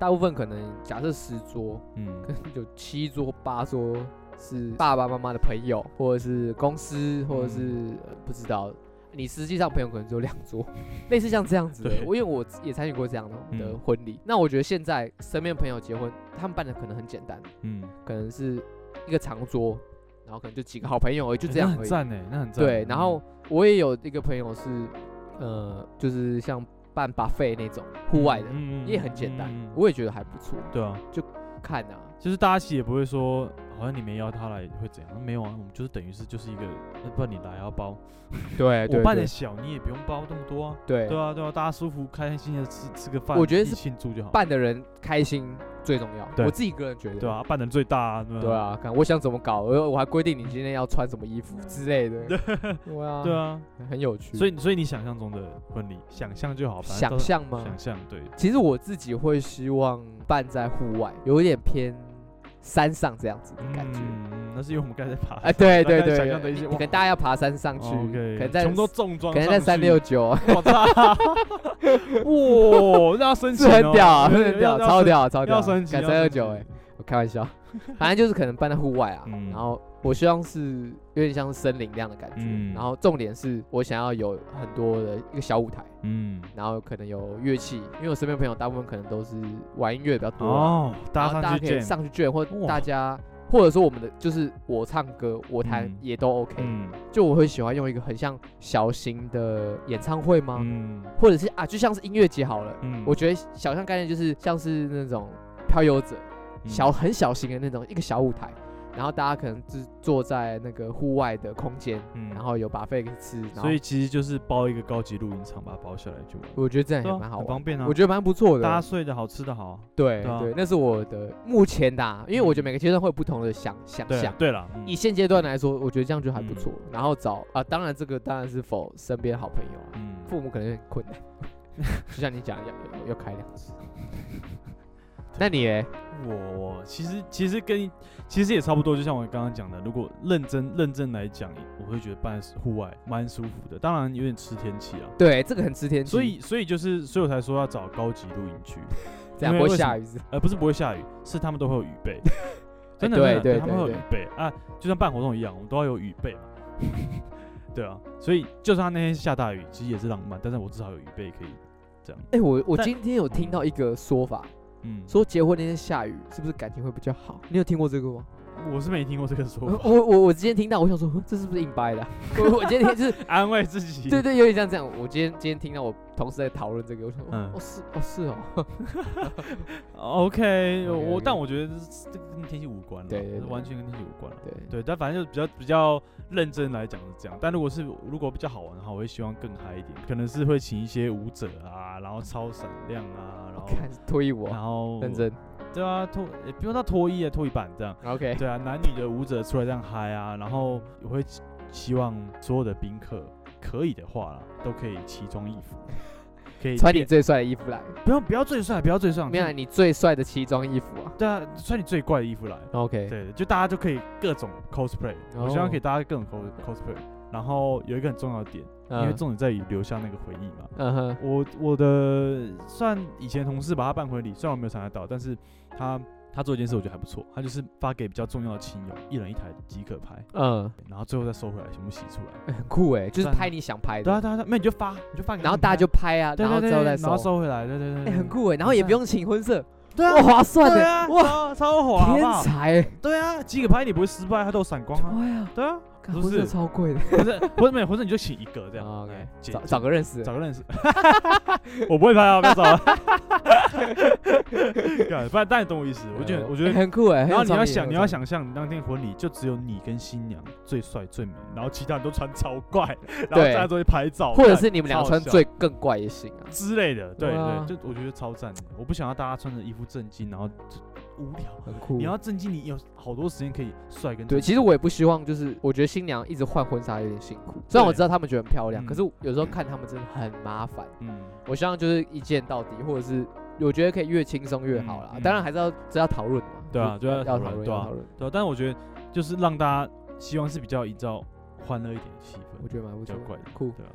Speaker 1: 大部分可能假设十桌，
Speaker 2: 嗯
Speaker 1: 可，能有七桌八桌是爸爸妈妈的朋友，或者是公司，或者是、
Speaker 2: 嗯
Speaker 1: 呃不知道。你实际上朋友可能只有两桌， 类似像这样子的。
Speaker 2: 对
Speaker 1: 我因为我也参与过这样的
Speaker 2: 嗯
Speaker 1: 的婚礼，那我觉得现在身边朋友结婚，他们办的可能很简单，
Speaker 2: 嗯，
Speaker 1: 可能是一个长桌，然后可能就几个好朋友而已，就
Speaker 2: 哎
Speaker 1: 这样
Speaker 2: 那
Speaker 1: 而
Speaker 2: 很
Speaker 1: 已。
Speaker 2: 赞呢，那很赞。
Speaker 1: 对，然后
Speaker 2: 嗯
Speaker 1: 我也有一个朋友是，呃，就是像办 buffet 那种户外的，
Speaker 2: 嗯嗯
Speaker 1: 也很简单
Speaker 2: 嗯嗯，嗯
Speaker 1: 我也觉得还不错。
Speaker 2: 对啊，
Speaker 1: 看啊，
Speaker 2: 就是大家其实也不会说，好像你没邀他来会怎样，没有啊，我们就是等于是就是一个，那不然你来要包，
Speaker 1: 哎对
Speaker 2: 我办的小，你也不用包那么多啊。
Speaker 1: 对
Speaker 2: 对啊，对啊，大家舒服开开心心的吃吃个饭，
Speaker 1: 我觉得
Speaker 2: 一起
Speaker 1: 是
Speaker 2: 庆祝就好。
Speaker 1: 办的人开心最重要。
Speaker 2: 对
Speaker 1: 我自己个人觉得，
Speaker 2: 对啊，，办人最大啊，对吧？
Speaker 1: 对啊，看我想怎么搞，我我还规定你今天要穿什么衣服之类 的。对啊，
Speaker 2: 对，啊，
Speaker 1: 很有趣。
Speaker 2: 所
Speaker 1: 以
Speaker 2: 以所以你想象中的婚礼，想象就好，反正
Speaker 1: 想
Speaker 2: 都是
Speaker 1: 象吗？
Speaker 2: 想象对，
Speaker 1: 其实我自己会希望办在户外，有一点偏山上这样子的感觉。
Speaker 2: 嗯，那是因为我们刚才在爬
Speaker 1: 哎， 对
Speaker 2: 大概
Speaker 1: 对对，
Speaker 2: 想象的一些
Speaker 1: 你
Speaker 2: 哇
Speaker 1: 可能大家要爬山上去，
Speaker 2: OK，
Speaker 1: 可能在
Speaker 2: 全部都重装
Speaker 1: 可
Speaker 2: 上
Speaker 1: 能在
Speaker 2: 去，
Speaker 1: 三六 九，
Speaker 2: 我操！哇，那要申
Speaker 1: 是
Speaker 2: 请 哦
Speaker 1: 很屌啊，
Speaker 2: 要
Speaker 1: 是很屌，
Speaker 2: 要
Speaker 1: 超屌，超屌，
Speaker 2: 要
Speaker 1: 敢
Speaker 2: 升级
Speaker 1: 三
Speaker 2: 要
Speaker 1: 六
Speaker 2: 升
Speaker 1: 九哎
Speaker 2: 级，
Speaker 1: 我开玩笑，反正就是可能办在户外啊，
Speaker 2: 嗯
Speaker 1: 然后我希望是有点像是森林那样的感觉，
Speaker 2: 嗯
Speaker 1: 然后重点是我想要有很多的一个小舞台，
Speaker 2: 嗯，
Speaker 1: 然后可能有乐器，因为我身边朋友大部分可能都是玩音乐比较多啊，
Speaker 2: 哦，
Speaker 1: 然
Speaker 2: 搭
Speaker 1: 后大
Speaker 2: 上
Speaker 1: 家
Speaker 2: 去
Speaker 1: 可以
Speaker 2: 见，
Speaker 1: 上去卷或
Speaker 2: 哇
Speaker 1: 大家。或者说我们的就是我唱歌我弹
Speaker 2: 嗯
Speaker 1: 也都 OK，、
Speaker 2: 嗯
Speaker 1: 就我会喜欢用一个很像小型的演唱会吗？
Speaker 2: 嗯
Speaker 1: 或者是啊，就像是音乐节好了，
Speaker 2: 嗯
Speaker 1: 我觉得小象概念就是像是那种漂游者，
Speaker 2: 嗯
Speaker 1: 小很小型的那种一个小舞台，然后大家可能是坐在那个户外的空间，
Speaker 2: 嗯
Speaker 1: 然后有把费吃，然后
Speaker 2: 所以其实就是包一个高级露营场，把它包下来就，
Speaker 1: 我觉得这样也
Speaker 2: 对啊
Speaker 1: 哎蛮好
Speaker 2: 很
Speaker 1: 玩
Speaker 2: 方
Speaker 1: 的，
Speaker 2: 便啊
Speaker 1: 我。觉得蛮不错
Speaker 2: 大家
Speaker 1: 的。
Speaker 2: 睡得好，吃得好，
Speaker 1: 对
Speaker 2: 对啊嗯
Speaker 1: 对，那是我的目前的啊，因为我觉得每个阶段会有不同的想想
Speaker 2: 对嗯
Speaker 1: 象。
Speaker 2: 对了，嗯
Speaker 1: 以现阶段来说，我觉得这样就还不错。然后找啊，当然这个当然是否身边好朋友啊，
Speaker 2: 嗯
Speaker 1: 父母可能有点困难， 就像你讲一样，要要开两 次。那你嘞？
Speaker 2: 我其实其实跟其实也差不多，就像我刚刚讲的，如果认真认真来讲，我会觉得办户外蛮舒服的，当然有点吃天气啊。
Speaker 1: 对，这个很吃天气，
Speaker 2: 所以所以就是，所以我才说要找高级露营区，
Speaker 1: 这样
Speaker 2: 因
Speaker 1: 不
Speaker 2: 为
Speaker 1: 会
Speaker 2: 为什
Speaker 1: 下
Speaker 2: 么
Speaker 1: 雨是
Speaker 2: 呃，不是不会下雨，是他们都会有雨 备。真的，
Speaker 1: 对
Speaker 2: 真的
Speaker 1: 对对
Speaker 2: 他们会有雨备啊，就像办活动一样，我们都要有雨备嘛。对啊，所以就算他那天下大雨，其实也是浪漫，但是我至少有雨备可以这样。
Speaker 1: 哎、我我
Speaker 2: 但
Speaker 1: 今天有听到一个说法，
Speaker 2: 嗯，
Speaker 1: 说结婚那天下雨是不是感情会比较好？你有听过这个吗？呃
Speaker 2: 我是没听过这个说
Speaker 1: 我
Speaker 2: 法，
Speaker 1: 我我我今天听到，我想说哼这是不是硬掰的啊、 我我今天 就是
Speaker 2: 安慰自己。
Speaker 1: 对对，有点像这样。我今天今天听到我同事在讨论这个，我想说、
Speaker 2: 嗯
Speaker 1: 哦是哦是 哦，
Speaker 2: OK，我
Speaker 1: OK，OK
Speaker 2: 但我觉得这这个跟天气无关了，
Speaker 1: 嗯对对对
Speaker 2: 完全跟天气无关了。
Speaker 1: 对
Speaker 2: 对，但反正就比较比较认真来讲是这样，但如果是如果比较好玩的话，我会希望更嗨一点，可能是会请一些舞者啊，然后超闪亮啊，然后
Speaker 1: 看脱衣舞哦，
Speaker 2: 然后
Speaker 1: 认真
Speaker 2: 对啊脱也不用到脱衣啊，脱衣板这样，
Speaker 1: OK，
Speaker 2: 对啊，男女的舞者出来这样嗨啊，然后我会希希望所有的宾客可以的话啦，都可以奇装异服，可以
Speaker 1: 穿你
Speaker 2: 变
Speaker 1: 最帅的衣服来，
Speaker 2: 不要不要最帅，不要最帅，
Speaker 1: 没有啊你最帅的奇装异服啊
Speaker 2: 对啊，穿你最怪的衣服来。
Speaker 1: ，OK，
Speaker 2: 对，就大家就可以各种 cosplay，、我希望
Speaker 1: 哦
Speaker 2: 可以大家各种 cos cosplay。然后有一个很重要的点，因为
Speaker 1: 嗯
Speaker 2: 重点在于留下那个回忆嘛。
Speaker 1: 嗯哼，
Speaker 2: 我我的算以前同事把他办婚礼，虽然我没有参加到，但是他他做一件事我觉得还不错，他就是发给比较重要的亲友一人一台即可拍，
Speaker 1: 嗯，
Speaker 2: 然后最后再收回来全部洗出来。
Speaker 1: 哎很酷哎，就是
Speaker 2: 赞啊
Speaker 1: 拍你想拍
Speaker 2: 对啊
Speaker 1: 的，
Speaker 2: 对啊，对啊没有你就发你就发给
Speaker 1: 然
Speaker 2: 他们看，
Speaker 1: 后大家就拍啊，
Speaker 2: 对
Speaker 1: 然后
Speaker 2: 对对，
Speaker 1: 之后再
Speaker 2: 然后
Speaker 1: 收，
Speaker 2: 收回来，对对对，
Speaker 1: 哎
Speaker 2: 对
Speaker 1: 很，酷哎，然后也不用请婚摄，
Speaker 2: 对
Speaker 1: 哇
Speaker 2: 啊，
Speaker 1: 划算
Speaker 2: 对
Speaker 1: 的
Speaker 2: 啊，
Speaker 1: 哇。
Speaker 2: 超超火，好不
Speaker 1: 天
Speaker 2: 好？
Speaker 1: 才，
Speaker 2: 对啊，即可拍你不会失败，它都有闪光啊，
Speaker 1: 对啊，
Speaker 2: 对啊，
Speaker 1: 干
Speaker 2: 是不
Speaker 1: 婚
Speaker 2: 是
Speaker 1: 摄超贵的，
Speaker 2: 不 是，不是没有，或者你就请一个这样。
Speaker 1: 啊，OK，
Speaker 2: 哎姐
Speaker 1: 找
Speaker 2: 姐
Speaker 1: 找个认识的，
Speaker 2: 找个认识， 我不会拍啊，不要找 啊。干不然，但你懂我意思，我觉得，
Speaker 1: 哎
Speaker 2: 我觉得。
Speaker 1: 很酷哎。很
Speaker 2: 然后
Speaker 1: 有
Speaker 2: 你
Speaker 1: 创
Speaker 2: 要
Speaker 1: 意
Speaker 2: 想，
Speaker 1: 很有
Speaker 2: 你要
Speaker 1: 创意
Speaker 2: 想象，你那天婚礼就只有你跟新娘最帅最美，然后其他人都穿超怪， 然后
Speaker 1: 对
Speaker 2: 大家都去拍照，
Speaker 1: 或者
Speaker 2: 干
Speaker 1: 是你们两个
Speaker 2: 超
Speaker 1: 穿
Speaker 2: 好笑
Speaker 1: 最更怪也行啊。
Speaker 2: 之类的，对
Speaker 1: 对啊
Speaker 2: 对，就我觉得超赞的。我不想要大家穿着一副正经，然后就无聊。
Speaker 1: 很酷
Speaker 2: 你要正经，你有好多时间可以帅跟
Speaker 1: 对，
Speaker 2: 正经
Speaker 1: 其实我也不希望，就是我觉得新娘一直换婚纱有点辛苦。虽然我
Speaker 2: 对
Speaker 1: 知道她们觉得很漂亮，
Speaker 2: 嗯
Speaker 1: 可是有时候看她们真的很麻烦。
Speaker 2: 嗯，
Speaker 1: 我希望就是一见到底，或者是我觉得可以越轻松越好啦
Speaker 2: 嗯。嗯
Speaker 1: 当然还是要这要讨论嘛。
Speaker 2: 对啊
Speaker 1: 就
Speaker 2: 就要
Speaker 1: 要
Speaker 2: 讨论
Speaker 1: 论，
Speaker 2: 对
Speaker 1: 要
Speaker 2: 啊
Speaker 1: 讨论。
Speaker 2: 对啊。但是我觉得就是让大家希望是比较营造欢乐一点的气氛，
Speaker 1: 我觉得蛮不
Speaker 2: 比
Speaker 1: 错
Speaker 2: 较
Speaker 1: 的，
Speaker 2: 怪的，
Speaker 1: 酷。
Speaker 2: 对啊。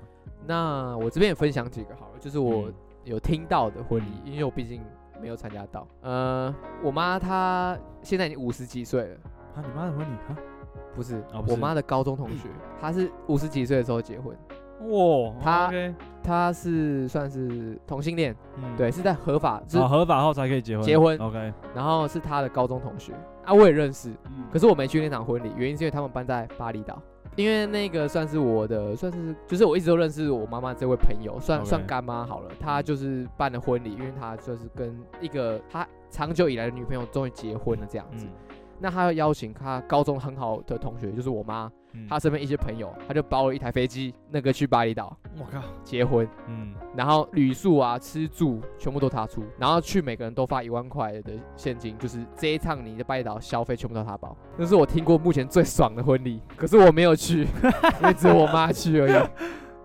Speaker 1: 那我这边也分享几个好了，就是我
Speaker 2: 嗯
Speaker 1: 有听到的婚礼，因为我毕竟没有参加到。呃，我妈她现在已经五十几岁了，
Speaker 2: 啊，你妈的婚礼啊！
Speaker 1: 不是，
Speaker 2: 哦不是
Speaker 1: 我妈的高中同 学，她是五十几岁的时候结婚，
Speaker 2: 哇，
Speaker 1: 他
Speaker 2: OK，
Speaker 1: 她是算是同性恋，
Speaker 2: 嗯，
Speaker 1: 对，是在合法，是
Speaker 2: 啊，合法后才可以结婚，
Speaker 1: 结婚
Speaker 2: ，OK，
Speaker 1: 然后是她的高中同学啊，我也认识，
Speaker 2: 嗯
Speaker 1: 可是我没去那场婚礼，原因是因为他们搬在巴厘岛。因为那个算是我的，算是就是我一直都认识我妈妈这位朋友，算
Speaker 2: OK
Speaker 1: 算干妈好了。她就是办了婚礼，因为她就是跟一个她长久以来的女朋友终于结婚了这
Speaker 2: 嗯
Speaker 1: 样子。那她要邀请她高中很好的同学，就是我妈，
Speaker 2: 嗯
Speaker 1: 他，身边一些朋友，他就包了一台飞机，那个去巴厘岛
Speaker 2: 我靠，
Speaker 1: 结婚，
Speaker 2: 嗯，
Speaker 1: 然后旅宿啊、吃住全部都他出，然后去每个人都发一万块的现金，就是这一趟你在巴厘岛消费全部都他包。那是我听过目前最爽的婚礼，可是我没有去，因为只有我妈去而已，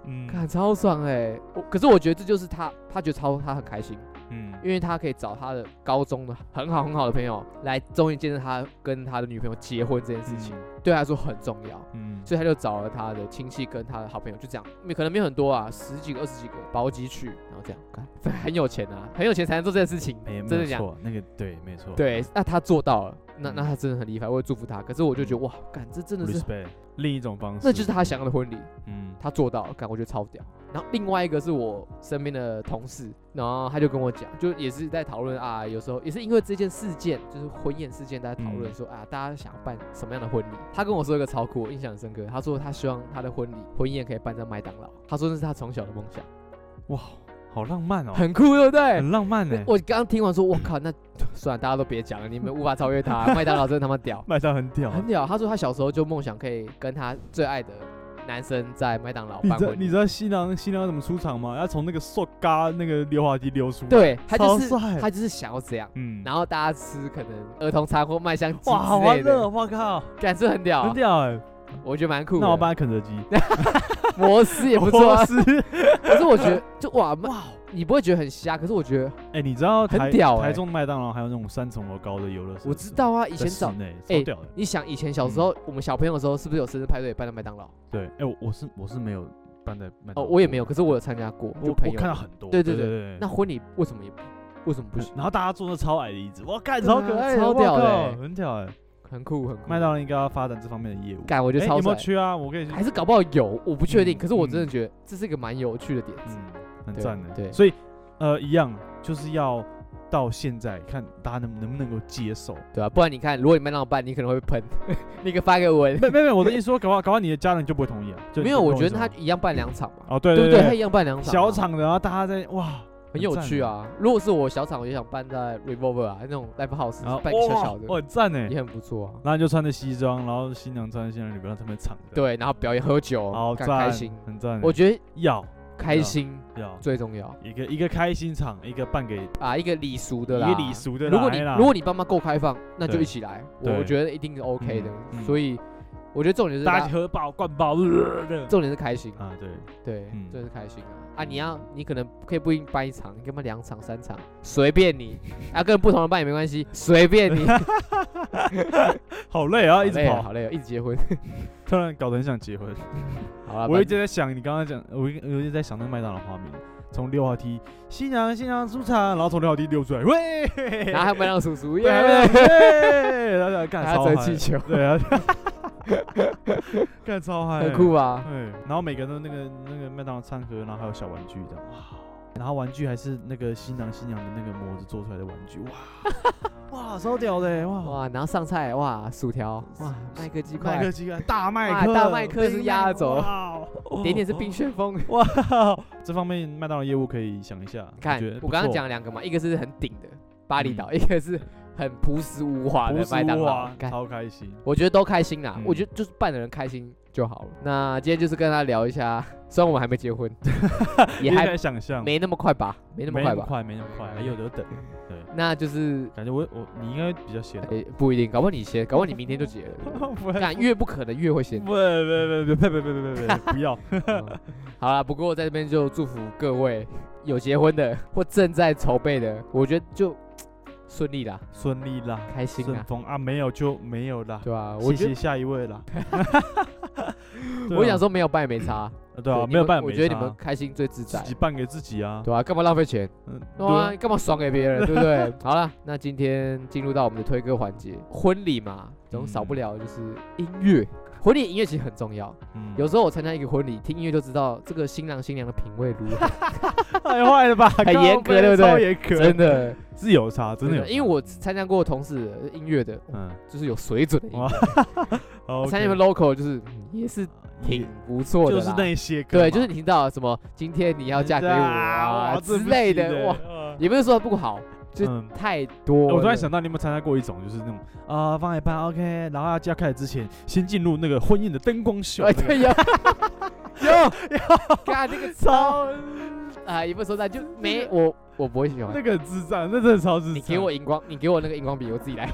Speaker 2: 嗯
Speaker 1: 欸看超爽哎、我可是我觉得这就是他，他觉得超他很开心，
Speaker 2: 嗯，
Speaker 1: 因为他可以找他的高中的很好很好的朋友来，终于见证他跟他的女朋友结婚这件事情，对他来说很重要。
Speaker 2: 嗯，
Speaker 1: 所以他就找了他的亲戚跟他的好朋友，就这样，没可能没有很多啊，十几个、二十几个包机去，然后这样干，这很有钱啊，很有钱才能做这件事情，
Speaker 2: 没没
Speaker 1: 真
Speaker 2: 有
Speaker 1: 的讲，
Speaker 2: 错，那个对，没错，
Speaker 1: 对，那他做到了，那
Speaker 2: 嗯
Speaker 1: 那他真的很厉害，我也祝福他。可是我就觉得哇，干这真的是，
Speaker 2: ，respect，另一种方式，
Speaker 1: 那就是他想要的婚礼，
Speaker 2: 嗯，
Speaker 1: 他做到了，干我觉得超屌。然后另外一个是我身边的同事，然后他就跟我讲，就也是在讨论啊，有时候也是因为这件事件，就是婚宴事件，大家讨论
Speaker 2: 嗯
Speaker 1: 说、啊，大家想要办什么样的婚礼。他跟我说一个超酷，我印象很深刻，他说他希望他的婚礼婚宴可以办在麦当劳，他说那是他从小的梦想，
Speaker 2: 哇，好浪漫哦，
Speaker 1: 很酷，对不对？
Speaker 2: 很浪漫欸呢，
Speaker 1: 我刚刚听完说，我靠，那算了，大家都别讲了，你们无法超越他，麦当劳真的他妈屌。
Speaker 2: 麦当很屌，
Speaker 1: 很屌。他说他小时候就梦想可以跟他最爱的男生在麦当劳
Speaker 2: 你
Speaker 1: 办
Speaker 2: 知道
Speaker 1: 婚
Speaker 2: 你
Speaker 1: 礼
Speaker 2: 知。道新郎新娘怎么出场吗？要从那个塑嘎那个溜滑梯溜出来，，
Speaker 1: 对他就是
Speaker 2: 超帅
Speaker 1: 他就是想要这样，
Speaker 2: 嗯，
Speaker 1: 然后大家吃可能儿童餐或麦香鸡
Speaker 2: 哇，好哦
Speaker 1: 之
Speaker 2: 欢
Speaker 1: 类
Speaker 2: 乐，
Speaker 1: 的，
Speaker 2: 我靠，
Speaker 1: 感觉很屌
Speaker 2: 很
Speaker 1: 啊，
Speaker 2: 屌哎，
Speaker 1: 我觉得蛮酷的。
Speaker 2: 那我办肯德基
Speaker 1: 摩斯也不错啊，
Speaker 2: 是，
Speaker 1: 可是我觉得就哇麦
Speaker 2: 哇，
Speaker 1: 你不会觉得很瞎，可是我觉得
Speaker 2: 哎，你知道
Speaker 1: 很
Speaker 2: 台
Speaker 1: 屌哎
Speaker 2: 台中的麦当劳还有那种三层楼高的游乐设施，
Speaker 1: 我知道啊，以
Speaker 2: 在
Speaker 1: 前
Speaker 2: 室
Speaker 1: 早
Speaker 2: 内
Speaker 1: 哎
Speaker 2: 超屌的，
Speaker 1: 你想以前小
Speaker 2: 嗯
Speaker 1: 时候我们小朋友的时候，是不是有生日派对办在麦当劳？
Speaker 2: 对，哎，我我是我是没有办在麦
Speaker 1: 哦，
Speaker 2: 当劳
Speaker 1: 我也
Speaker 2: 过
Speaker 1: 没有，可是我有参加过，
Speaker 2: 嗯我
Speaker 1: 就
Speaker 2: 我
Speaker 1: 朋
Speaker 2: 看
Speaker 1: 友。
Speaker 2: 到很多，
Speaker 1: 对对
Speaker 2: 对
Speaker 1: 对
Speaker 2: 对，
Speaker 1: 那婚礼为什么也为什么不行？
Speaker 2: 然后大家坐那超矮的椅子，哇，干
Speaker 1: 对啊
Speaker 2: 超可爱的，
Speaker 1: 超屌的
Speaker 2: 哇
Speaker 1: 欸
Speaker 2: 靠很屌哎，
Speaker 1: 很酷很酷。
Speaker 2: 麦当劳应该要发展这方面的业务。
Speaker 1: 干我觉得
Speaker 2: 哎
Speaker 1: 超
Speaker 2: 有没有
Speaker 1: 帅。
Speaker 2: 缺啊？我可以去
Speaker 1: 还是搞不好有，我不确定。
Speaker 2: 嗯
Speaker 1: 可是我真的
Speaker 2: 嗯
Speaker 1: 觉得这是一个蛮有趣的点子。
Speaker 2: 嗯，很
Speaker 1: 对
Speaker 2: 赞的。
Speaker 1: 对
Speaker 2: 所以呃，一样就是要到现在看大家能能不能够接受。
Speaker 1: 对啊，不然你看，如果你麦当劳办，你可能会被喷，你可发个文。
Speaker 2: 没没没，我的意思说，搞不好搞不好你的家人就不会同意啊。就
Speaker 1: 没
Speaker 2: 你
Speaker 1: 有，
Speaker 2: 懂
Speaker 1: 我
Speaker 2: 我
Speaker 1: 觉
Speaker 2: 意
Speaker 1: 得
Speaker 2: 思吗
Speaker 1: 他一样办两场嘛，
Speaker 2: 哦，对
Speaker 1: 对不
Speaker 2: 对
Speaker 1: 他一样办两场，
Speaker 2: 小，场的，然后大家在哇，
Speaker 1: 很有
Speaker 2: 赞
Speaker 1: 趣
Speaker 2: 欸。
Speaker 1: 啊。如果是我小场，我就想办在 Revolver 啊那种 Live House，
Speaker 2: 然后
Speaker 1: 办个小小
Speaker 2: 欸哇，
Speaker 1: 的，
Speaker 2: 哇很赞哎
Speaker 1: 也。很不错啊。
Speaker 2: 然后就穿着西装，然后新娘穿着新娘女朋友他们唱的，，
Speaker 1: 对，然后表演喝酒，
Speaker 2: 好
Speaker 1: 干
Speaker 2: 赞，
Speaker 1: 开心。
Speaker 2: 很赞欸。
Speaker 1: 我觉得
Speaker 2: 要
Speaker 1: 开心
Speaker 2: 要
Speaker 1: 最重要
Speaker 2: 一个一个开心场，一个办给
Speaker 1: 啊，一个礼俗的
Speaker 2: 一
Speaker 1: 啦，
Speaker 2: 个礼。俗的啦。
Speaker 1: 如果你
Speaker 2: 哎啦
Speaker 1: 如果你爸妈够开放，那就
Speaker 2: 对
Speaker 1: 一起来，我
Speaker 2: 对
Speaker 1: 觉得一定是 OK 的
Speaker 2: 嗯。嗯
Speaker 1: 所以我觉得重点是
Speaker 2: 大家一起喝爆灌爆，呃的
Speaker 1: 重点是开心啊，
Speaker 2: 啊，对，
Speaker 1: 对，
Speaker 2: 嗯
Speaker 1: 这是开心啊啊！你要，你可能可以不一定办一场，你可以办两场、三场，随便你，啊，跟不同人办也没关系，随便 你。
Speaker 2: 好累啊，一
Speaker 1: 好
Speaker 2: 直
Speaker 1: 累哦
Speaker 2: 跑，
Speaker 1: 好累哦，一直结 婚。
Speaker 2: 突然搞得很想结婚。
Speaker 1: 好了，
Speaker 2: 我一
Speaker 1: 反
Speaker 2: 直在想你刚刚讲，我一我一直在想那个麦当劳画面，从溜滑梯，新娘新娘出场，然后从溜滑梯溜出来，喂，
Speaker 1: 然后还有麦当劳叔 叔，耶，
Speaker 2: 对对，然后就干
Speaker 1: 还
Speaker 2: 超
Speaker 1: 要
Speaker 2: 嗨
Speaker 1: 折，气球，
Speaker 2: 对啊，干超嗨，
Speaker 1: 很酷，吧？
Speaker 2: 对，然后每个人都那个那个麦当劳餐盒，然后还有小玩具这样，哇，然后玩具还是那个新郎新娘的那个模子做出来的玩具，哇，哇，超屌的欸，哇。
Speaker 1: 哇，然后上菜，哇，薯条，哇，麦克鸡
Speaker 2: 麦
Speaker 1: 块
Speaker 2: 克，鸡块，大
Speaker 1: 哇
Speaker 2: 麦克，
Speaker 1: 大麦克是压轴
Speaker 2: 哇哦
Speaker 1: 点点是冰旋风。
Speaker 2: 哇，这方面麦当劳业务可以想一下。
Speaker 1: 你看
Speaker 2: 觉得，不
Speaker 1: 我刚刚
Speaker 2: 错
Speaker 1: 讲两个嘛，一个是很顶的巴厘岛，
Speaker 2: 嗯
Speaker 1: 一个是很朴实无华
Speaker 2: 不
Speaker 1: 的
Speaker 2: 是
Speaker 1: 麦当劳
Speaker 2: 哇，
Speaker 1: 干
Speaker 2: 超开心。
Speaker 1: 我觉得都开心啦，
Speaker 2: 嗯
Speaker 1: 我觉得就是办的人开心就好了。那今天就是跟他聊一下， 虽然我们还没结 婚，也
Speaker 2: 你
Speaker 1: 还
Speaker 2: 敢想象，
Speaker 1: 没那么快吧，没
Speaker 2: 没
Speaker 1: 那么快
Speaker 2: 那
Speaker 1: 吧。
Speaker 2: 快，没那么快，还有得等。
Speaker 1: 那就是
Speaker 2: 感觉我我你应该比较闲啊。
Speaker 1: 诶、不一定，搞不好你先，搞不好你明天就结 了。
Speaker 2: 不会
Speaker 1: 但越不可能越会先
Speaker 2: 不。会不会不会不会不会不会不会不要。
Speaker 1: 嗯好啦，不过在这边就祝福各位有结婚的或正在筹备的，我觉得就顺利啦，
Speaker 2: 顺利啦，
Speaker 1: 开心
Speaker 2: 顺
Speaker 1: 啦，
Speaker 2: 风啊，没有就没有啦。
Speaker 1: 对吧、我
Speaker 2: 谢
Speaker 1: 觉
Speaker 2: 谢
Speaker 1: 得
Speaker 2: 下一位啦。对啊
Speaker 1: 我想，说没有办也没差，
Speaker 2: 呃对啊，
Speaker 1: 你
Speaker 2: 没有
Speaker 1: 们
Speaker 2: 办法
Speaker 1: 我
Speaker 2: 没
Speaker 1: 觉得
Speaker 2: 差
Speaker 1: 你们开心最自在
Speaker 2: 自。己办给自己啊。
Speaker 1: 对啊，干嘛浪费钱？
Speaker 2: 嗯
Speaker 1: 对啊，你干嘛爽给别人，对不对？好了，那今天进入到我们的推歌环节，婚礼嘛，总少不了就是音乐。 婚礼音乐其实很重要，
Speaker 2: 嗯
Speaker 1: 有时候我参加一个婚礼，听音乐就知道这个新郎新娘的品味如何，
Speaker 2: 太坏了吧？
Speaker 1: 很严格
Speaker 2: 靠背
Speaker 1: 对不对
Speaker 2: 超严格，
Speaker 1: 真的
Speaker 2: 是有差，真的有差。
Speaker 1: 因为我参加过同事的音乐的，
Speaker 2: 嗯，
Speaker 1: 就是有水准的音乐，
Speaker 2: 好
Speaker 1: 参加你
Speaker 2: OK
Speaker 1: 们 local 就是嗯也是挺不错的
Speaker 2: 就是
Speaker 1: 啦。
Speaker 2: 那些歌嘛，
Speaker 1: 对，就是你听到什么今天你要嫁给我啊
Speaker 2: 哇
Speaker 1: 之类的，嗯哎哇，，也不是说不好，
Speaker 2: 这
Speaker 1: 就
Speaker 2: 不行嗯。
Speaker 1: 太多了。
Speaker 2: 我突然想到，你有没有参加过一种，就是那种啊，放一半 OK，然后要开始之前，先进入那个婚宴的灯光秀
Speaker 1: 哎，，
Speaker 2: 那个
Speaker 1: 对，有 有有，干这个超啊，也不说那就没我我不会喜欢
Speaker 2: 那。个很智障，那真的超智障。
Speaker 1: 你 给我荧光，你给我那个荧光笔，我自己来。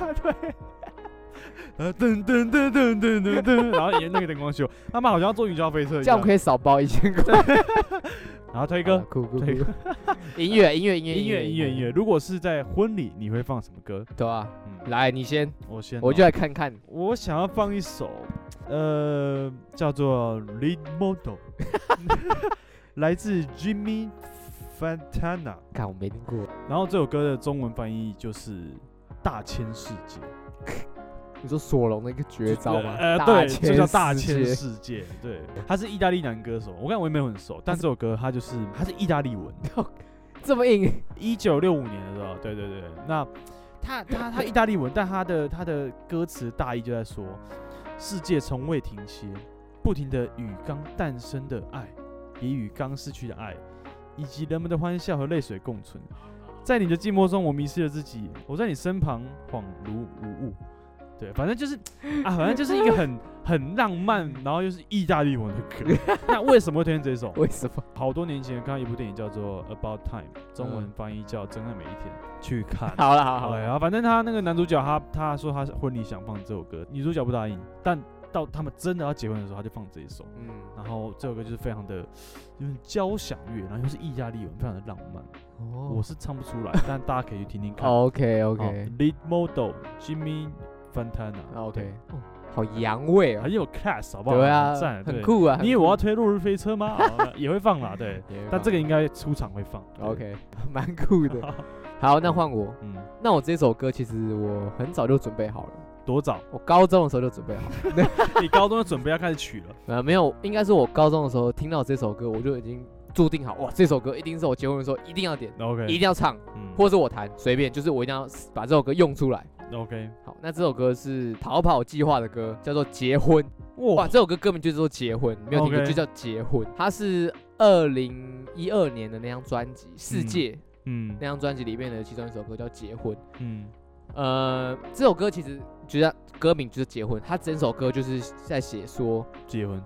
Speaker 2: 呃噔噔噔噔噔噔噔，然后演那个灯光秀，他们好像要坐云霄飞车一样，
Speaker 1: 这样我可以少包一千块。
Speaker 2: 然后推
Speaker 1: 一个
Speaker 2: 歌，
Speaker 1: 酷酷酷
Speaker 2: 推，
Speaker 1: 音乐音乐音乐
Speaker 2: 音乐音乐音乐。，如果是在婚礼，你会放什么歌？
Speaker 1: 对啊，
Speaker 2: 嗯，
Speaker 1: 来你先，
Speaker 2: 我先哦，
Speaker 1: 我就来看看，
Speaker 2: 我想要放一首，呃，叫做《Lead Model》，来自 Jimmy Fantana。
Speaker 1: 看我没听过，
Speaker 2: 然后这首歌的中文翻译就是“大千世界
Speaker 1: 你说索隆那个”，绝招吗？
Speaker 2: 呃，对，
Speaker 1: 千
Speaker 2: 就叫“大
Speaker 1: 世界
Speaker 2: 千世界”。对，他是意大利男歌手，我看我也没有很熟，但这首歌他就是他是意大利文，
Speaker 1: 这么硬，
Speaker 2: 一九六五年的时候，对对对，那他他他意大利文，但他的他的歌词大意就在说，世界从未停歇，不停的与刚诞生的爱，也与刚逝去的爱，以及人们的欢笑和泪水共存。在你的寂寞中，我迷失了自己，我在你身旁恍如无物。对，反正就是啊，反正就是一个很很浪漫，然后又是意大利文的歌。那为什么会推荐这首？
Speaker 1: 为什么？
Speaker 2: 好多年前看到一部电影叫做《About Time》，中文
Speaker 1: 嗯
Speaker 2: 翻译叫《真爱每一天》，去看。
Speaker 1: 好了好
Speaker 2: 好
Speaker 1: 了
Speaker 2: 呀、啊，反正他那个男主角他他说他婚礼想放这首歌，女主角不答应，但到他们真的要结婚的时候，他就放这一首。
Speaker 1: 嗯，
Speaker 2: 然后这首歌就是非常的有点交响乐，然后又是意大利文，非常的浪漫。我
Speaker 1: 哦
Speaker 2: 是唱不出来，但大家可以去听听看。
Speaker 1: ，OK
Speaker 2: 好
Speaker 1: 哦 OK
Speaker 2: Lead model Jimmy Fantana。
Speaker 1: OK，
Speaker 2: 哦
Speaker 1: 好洋味
Speaker 2: 对
Speaker 1: 啊，
Speaker 2: 很有 class，好不好？
Speaker 1: 对啊
Speaker 2: 很赞，，
Speaker 1: 很
Speaker 2: 对。
Speaker 1: 酷啊，
Speaker 2: 你以为我要
Speaker 1: 很
Speaker 2: 推《落日飞车》 吗？好也会放啦，对。
Speaker 1: 酷，也
Speaker 2: 但这
Speaker 1: 蛮
Speaker 2: 个应该出场会放。对
Speaker 1: OK，蛮 酷的。 好，那换我，
Speaker 2: 嗯，
Speaker 1: 那我这首歌其实我很早就准备好了，
Speaker 2: 多早？
Speaker 1: 我高中的时候就准备好了。
Speaker 2: 你高中就准备要开始取了？
Speaker 1: 呃，没有，应该是我高中的时候听到这首歌，我就已经注定好，哇，这首歌一定是我结婚的时候一定要点，
Speaker 2: 那 OK，
Speaker 1: 一定要唱，
Speaker 2: 嗯
Speaker 1: 或是我弹，随便，就是我一定要把这首歌用出来。
Speaker 2: OK，
Speaker 1: 好，那这首歌是逃跑计划的歌，叫做《结婚》。哇，
Speaker 2: 哇，
Speaker 1: 这首歌歌名就是说结婚，没有听过
Speaker 2: OK
Speaker 1: 就叫结婚。它是二零一二年的那张专辑《世
Speaker 2: 嗯
Speaker 1: 界》
Speaker 2: 嗯
Speaker 1: 那张专辑里面的其中一首歌叫《结婚》。
Speaker 2: 嗯
Speaker 1: 呃，这首歌其实就像歌名就是结婚，它整首歌就是在写说，
Speaker 2: 结婚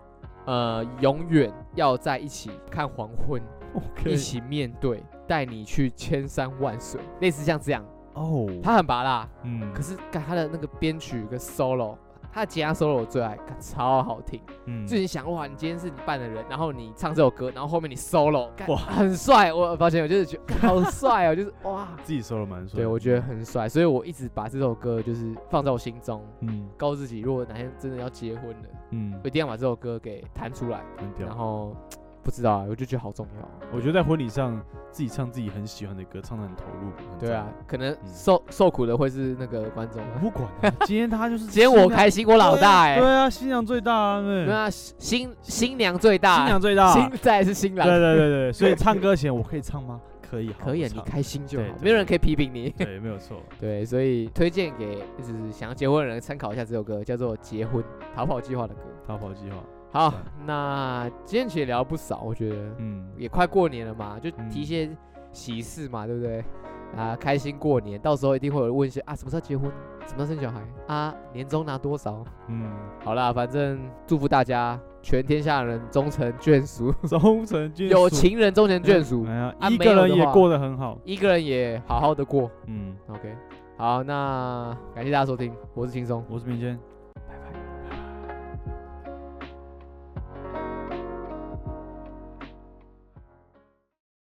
Speaker 1: 呃，永远要在一起看黄昏，
Speaker 2: ，OK，
Speaker 1: 一起面对，带你去千山万水，类似像这样，
Speaker 2: 哦，
Speaker 1: 它很拔辣，
Speaker 2: 嗯，
Speaker 1: 可是看它的那个编曲跟 solo。他的吉他 solo 我最爱，干超好听。
Speaker 2: 嗯
Speaker 1: 就你想哇，你今天是你扮的人，然后你唱这首歌，然后后面你 solo，干
Speaker 2: 哇
Speaker 1: 很帅。我抱歉，我就是觉得好帅哦，就是哇，
Speaker 2: 自己收了蛮帅，
Speaker 1: 对我觉得，很帅，所以我一直把这首歌就是放在我心中，
Speaker 2: 嗯
Speaker 1: 告诉自己，如果哪天真的要结婚了，
Speaker 2: 嗯
Speaker 1: 我一，定要把这首歌给弹出来。
Speaker 2: 很
Speaker 1: 然
Speaker 2: 屌。
Speaker 1: 后不知道啊，我就觉得好重要。
Speaker 2: 我觉得在婚礼上自己唱自己很喜欢的歌，唱的很投入，很
Speaker 1: 对啊
Speaker 2: 赞，，
Speaker 1: 可能
Speaker 2: 嗯
Speaker 1: 受受苦的会是那个观众啊。
Speaker 2: 我不管啊，今天他就是
Speaker 1: 今天我
Speaker 2: 新娘
Speaker 1: 开心，我老大哎、
Speaker 2: 对啊，新娘最大啊，对
Speaker 1: 对，啊，新新娘最大，欸
Speaker 2: 新娘最大，
Speaker 1: 新再来是新郎
Speaker 2: 对，对对对，所以唱歌前我可以唱吗？可以，好
Speaker 1: 可以
Speaker 2: 我
Speaker 1: 啊，你
Speaker 2: 唱
Speaker 1: 开心就
Speaker 2: 对
Speaker 1: 好，
Speaker 2: 对
Speaker 1: 没有人可以批评你。
Speaker 2: 对，没有错。
Speaker 1: 对，所以推荐给就是想要结婚的人参考一下这首歌，叫做《结婚逃跑计划》的歌。
Speaker 2: 逃跑计划，
Speaker 1: 好
Speaker 2: 对，
Speaker 1: 那今天其实聊不少，我觉得
Speaker 2: 嗯，
Speaker 1: 也快过年了嘛，就提一
Speaker 2: 嗯
Speaker 1: 些喜事嘛，对不对？啊，开心过年，到时候一定会有人问一些啊，什么时候结婚，什么时候生小孩啊，年终拿多少？
Speaker 2: 嗯，
Speaker 1: 好啦，反正祝福大家全天下人终成眷属，
Speaker 2: 终成 眷属，
Speaker 1: 有情人终成眷属
Speaker 2: 哎，呀
Speaker 1: 啊
Speaker 2: 一
Speaker 1: 没有
Speaker 2: 个
Speaker 1: 的
Speaker 2: 人也
Speaker 1: 话
Speaker 2: 过得很好。
Speaker 1: 一个人也好好的过。
Speaker 2: 嗯，
Speaker 1: OK，好，那感谢大家收听，我是轻松，
Speaker 2: 我是明谦，